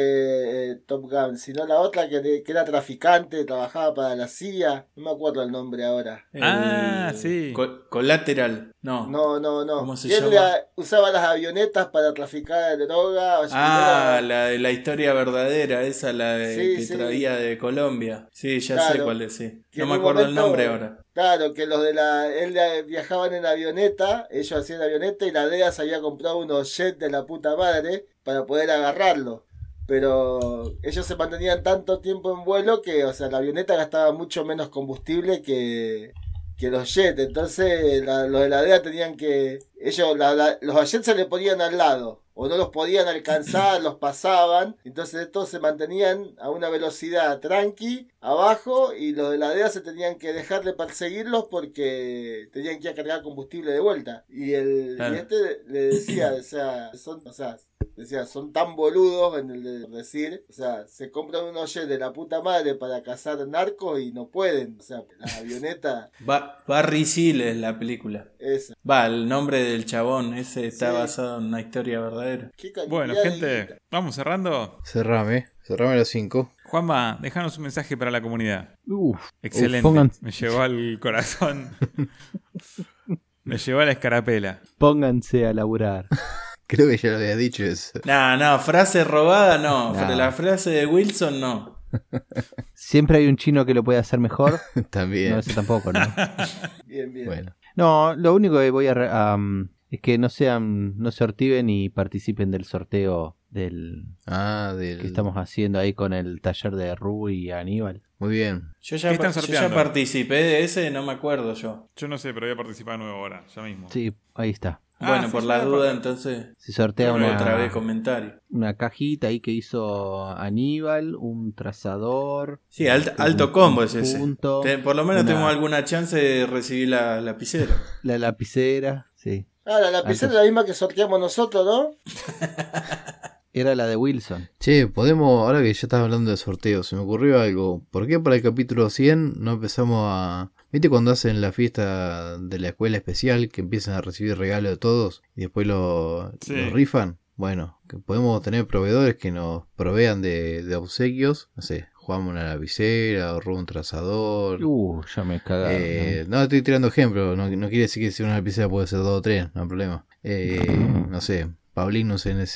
[SPEAKER 5] eh, Top Gun, sino la otra que, que era traficante,
[SPEAKER 1] Eh,
[SPEAKER 5] trabajaba para la CIA. No me acuerdo el nombre ahora.
[SPEAKER 1] El
[SPEAKER 2] Ah, sí.
[SPEAKER 1] co- colateral. No.
[SPEAKER 5] No, no, no.
[SPEAKER 1] ¿Cómo se
[SPEAKER 5] Y él
[SPEAKER 1] llama?
[SPEAKER 5] la- usaba las avionetas para traficar droga. o sea,
[SPEAKER 1] Ah, la de la historia verdadera, esa la de,
[SPEAKER 5] Sí,
[SPEAKER 1] que
[SPEAKER 5] sí.
[SPEAKER 1] traía de Colombia. Sí, ya sé
[SPEAKER 5] Claro.
[SPEAKER 1] cuál es, sí.
[SPEAKER 5] que
[SPEAKER 1] No
[SPEAKER 5] en
[SPEAKER 1] me
[SPEAKER 5] un
[SPEAKER 1] acuerdo el
[SPEAKER 5] momento,
[SPEAKER 1] nombre ahora.
[SPEAKER 5] Claro, que los de la. Él la- viajaban en avioneta, ellos hacían avioneta y la DEA se había comprado unos jets de la puta madre para poder agarrarlo. Pero ellos se mantenían tanto tiempo en vuelo que, o sea, la avioneta gastaba mucho menos combustible que, que los jets. Entonces, la- los de la DEA tenían que. Ellos, la- la- los jets se le ponían al lado. O no los podían alcanzar, los pasaban. Entonces estos se mantenían a una velocidad tranqui, abajo, y los de la DEA se tenían que dejar de perseguirlos porque tenían que ir a cargar combustible de vuelta. Y el y
[SPEAKER 1] Claro.
[SPEAKER 5] este le decía, o sea, son, o sea, decía, son tan boludos en el de decir, o sea, se compran un oye de la puta madre para cazar narcos y no pueden. O sea, la avioneta,
[SPEAKER 1] Ba- Barry Seal es la película.
[SPEAKER 5] esa.
[SPEAKER 1] Va, el nombre del chabón, ese está
[SPEAKER 5] Sí.
[SPEAKER 1] basado en una historia verdadera.
[SPEAKER 5] Qué cantidad
[SPEAKER 2] Bueno,
[SPEAKER 5] de
[SPEAKER 2] gente, vamos cerrando.
[SPEAKER 3] Cerrame, cerrame los cinco.
[SPEAKER 2] Juanma, déjanos un mensaje para la comunidad.
[SPEAKER 3] Uf,
[SPEAKER 2] Excelente.
[SPEAKER 3] uf, pongan-
[SPEAKER 2] Me llevó al corazón. Me llevó a la escarapela.
[SPEAKER 6] Pónganse a laburar.
[SPEAKER 3] Creo que ya lo había dicho eso.
[SPEAKER 1] No, no, frase robada no.
[SPEAKER 6] No.
[SPEAKER 1] pero La frase de Wilson no.
[SPEAKER 6] Siempre hay un chino que lo puede hacer mejor.
[SPEAKER 3] También.
[SPEAKER 6] No, eso tampoco, ¿no?
[SPEAKER 5] Bien, bien.
[SPEAKER 3] Bueno.
[SPEAKER 6] No, lo único que voy a... re- a, um, es que no sean... No se ortiven y participen del sorteo del
[SPEAKER 3] Ah,
[SPEAKER 6] que
[SPEAKER 3] del...
[SPEAKER 6] estamos haciendo ahí con el taller de Ruby y Aníbal.
[SPEAKER 3] Muy bien.
[SPEAKER 1] Yo ya,
[SPEAKER 2] ¿Qué están
[SPEAKER 1] par- yo ya
[SPEAKER 2] sorteando?
[SPEAKER 1] participé de ese, no me acuerdo yo.
[SPEAKER 2] Yo no sé, pero voy a participar nuevo ahora, ya mismo.
[SPEAKER 6] Sí, ahí está.
[SPEAKER 2] Ah,
[SPEAKER 1] bueno,
[SPEAKER 2] sí,
[SPEAKER 1] por
[SPEAKER 2] ya
[SPEAKER 1] la
[SPEAKER 2] me
[SPEAKER 1] duda,
[SPEAKER 2] acuerdo.
[SPEAKER 1] entonces.
[SPEAKER 6] Se sortea
[SPEAKER 1] Yo
[SPEAKER 6] una,
[SPEAKER 1] otra vez comentario.
[SPEAKER 6] una cajita ahí que hizo Aníbal, un trazador.
[SPEAKER 1] Sí, alt-
[SPEAKER 6] este,
[SPEAKER 1] alto
[SPEAKER 6] un-
[SPEAKER 1] combo
[SPEAKER 6] un
[SPEAKER 1] es ese.
[SPEAKER 6] punto,
[SPEAKER 1] Te- por lo menos
[SPEAKER 6] una-
[SPEAKER 1] tenemos alguna chance de recibir la lapicera.
[SPEAKER 6] La lapicera, sí.
[SPEAKER 5] Ah, la lapicera es la misma que sorteamos nosotros, ¿no?
[SPEAKER 6] Era la de Wilson.
[SPEAKER 3] Che, podemos, ahora que ya estás hablando de sorteos, se me ocurrió algo. ¿Por qué para el capítulo 100 no empezamos a... ¿Viste cuando hacen la fiesta de la escuela especial que empiezan a recibir regalos de todos y después lo,
[SPEAKER 2] Sí.
[SPEAKER 3] lo rifan? Bueno, que podemos tener proveedores que nos provean de, de obsequios. No sé, jugamos una lapicera o roba un trazador.
[SPEAKER 6] Uh, ya me cagaron.
[SPEAKER 3] Eh, no, estoy tirando ejemplos. No, no quiere decir que si una lapicera puede ser dos o tres, no hay problema. Eh, no sé, Paulino CNC,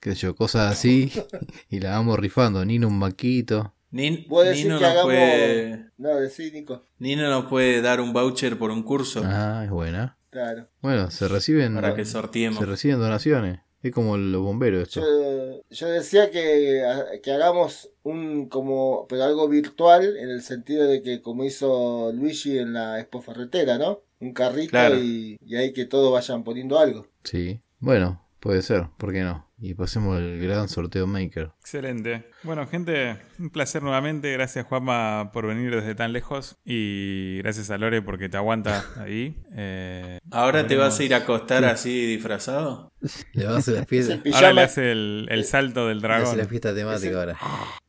[SPEAKER 3] qué sé yo, cosas así. Y la vamos rifando. Nino un maquito.
[SPEAKER 1] Nin-
[SPEAKER 5] Vos decís
[SPEAKER 1] Nino,
[SPEAKER 5] que
[SPEAKER 1] nos
[SPEAKER 5] hagamos.
[SPEAKER 1] puede,
[SPEAKER 5] No, decís, Nico.
[SPEAKER 1] Nino nos puede dar un voucher por un curso
[SPEAKER 3] Ah, es buena.
[SPEAKER 5] Claro.
[SPEAKER 3] Bueno, se reciben,
[SPEAKER 1] para que
[SPEAKER 3] se
[SPEAKER 1] sorteemos.
[SPEAKER 3] reciben donaciones. Es como los bomberos
[SPEAKER 5] Yo,
[SPEAKER 3] esto.
[SPEAKER 5] yo decía que, ah, que hagamos un como pero algo virtual en el sentido de que como hizo Luigi en la Expo Ferretera, ¿no? Un carrito
[SPEAKER 1] Claro.
[SPEAKER 5] y, y ahí que todos vayan poniendo algo.
[SPEAKER 3] Sí. Bueno, puede ser, ¿por qué no? Y pasemos el gran sorteo maker.
[SPEAKER 2] Excelente. Bueno, gente, un placer nuevamente. Gracias, Juanma, por venir desde tan lejos. Y gracias a Lore porque te aguanta ahí. Eh,
[SPEAKER 1] ¿Ahora te
[SPEAKER 2] veremos.
[SPEAKER 1] vas a ir a acostar así disfrazado?
[SPEAKER 3] Le vas a hacer la
[SPEAKER 5] Es
[SPEAKER 3] fiesta,
[SPEAKER 5] el
[SPEAKER 3] le
[SPEAKER 2] Ahora le
[SPEAKER 5] pijama,
[SPEAKER 2] hace el, el salto del
[SPEAKER 3] vas a hacer la
[SPEAKER 2] dragón.
[SPEAKER 3] fiesta temática
[SPEAKER 5] Ese-
[SPEAKER 3] ahora.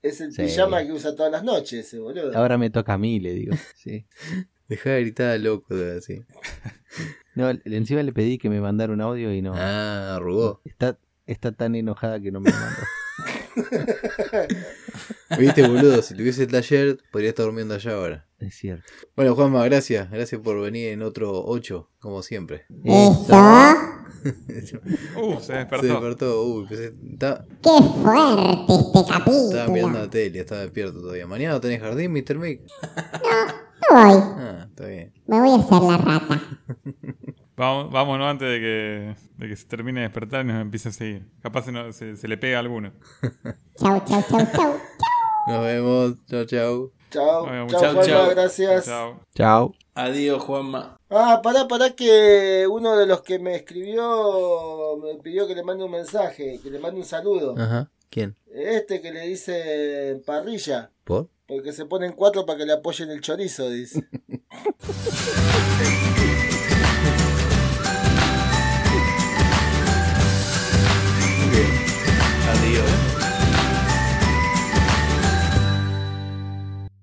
[SPEAKER 5] es el
[SPEAKER 6] Sí. Ah.
[SPEAKER 5] pijama que usa todas las noches ese boludo.
[SPEAKER 6] Ahora me toca a mí, le digo. Sí.
[SPEAKER 3] Deja de gritar al loco, así.
[SPEAKER 6] No, le- encima le pedí que me mandara un audio y no.
[SPEAKER 3] Ah, arrugó.
[SPEAKER 6] Está, está tan enojada que no me lo mandó.
[SPEAKER 3] Viste, boludo, si tuviese el taller, podría estar durmiendo allá ahora.
[SPEAKER 6] es cierto.
[SPEAKER 3] Bueno, Juanma, gracias. Gracias por venir en otro 8, como siempre.
[SPEAKER 4] Eso.
[SPEAKER 2] Uh, se
[SPEAKER 3] Se
[SPEAKER 2] despertó.
[SPEAKER 3] despertó. Uy, pensé- está-
[SPEAKER 4] Qué fuerte este
[SPEAKER 3] estaba mirando
[SPEAKER 4] capítulo.
[SPEAKER 3] la tele, estaba despierto todavía. Mañana tenés jardín, Mr. Mick.
[SPEAKER 4] Me voy.
[SPEAKER 3] Ah, está bien.
[SPEAKER 4] Me voy a hacer la rata.
[SPEAKER 2] Vamos, vámonos antes de que, de que se termine de despertar y nos empiece a seguir. Capaz se, nos- se- se le pega a alguno.
[SPEAKER 4] Chau, chau, chau, chau.
[SPEAKER 3] Nos vemos. Chau, chau.
[SPEAKER 5] Chao,
[SPEAKER 2] Bueno,
[SPEAKER 5] chao,
[SPEAKER 1] chao,
[SPEAKER 5] Juanma,
[SPEAKER 1] chao.
[SPEAKER 5] gracias.
[SPEAKER 2] Chao.
[SPEAKER 6] Chao.
[SPEAKER 1] Adiós, Juanma.
[SPEAKER 5] Ah, pará, pará que uno de los que me escribió me pidió que le mande un mensaje, que le mande un saludo.
[SPEAKER 3] Ajá. ¿Quién?
[SPEAKER 5] Este que le dice parrilla.
[SPEAKER 3] ¿Por?
[SPEAKER 5] Porque se ponen cuatro para que le apoyen el chorizo, dice.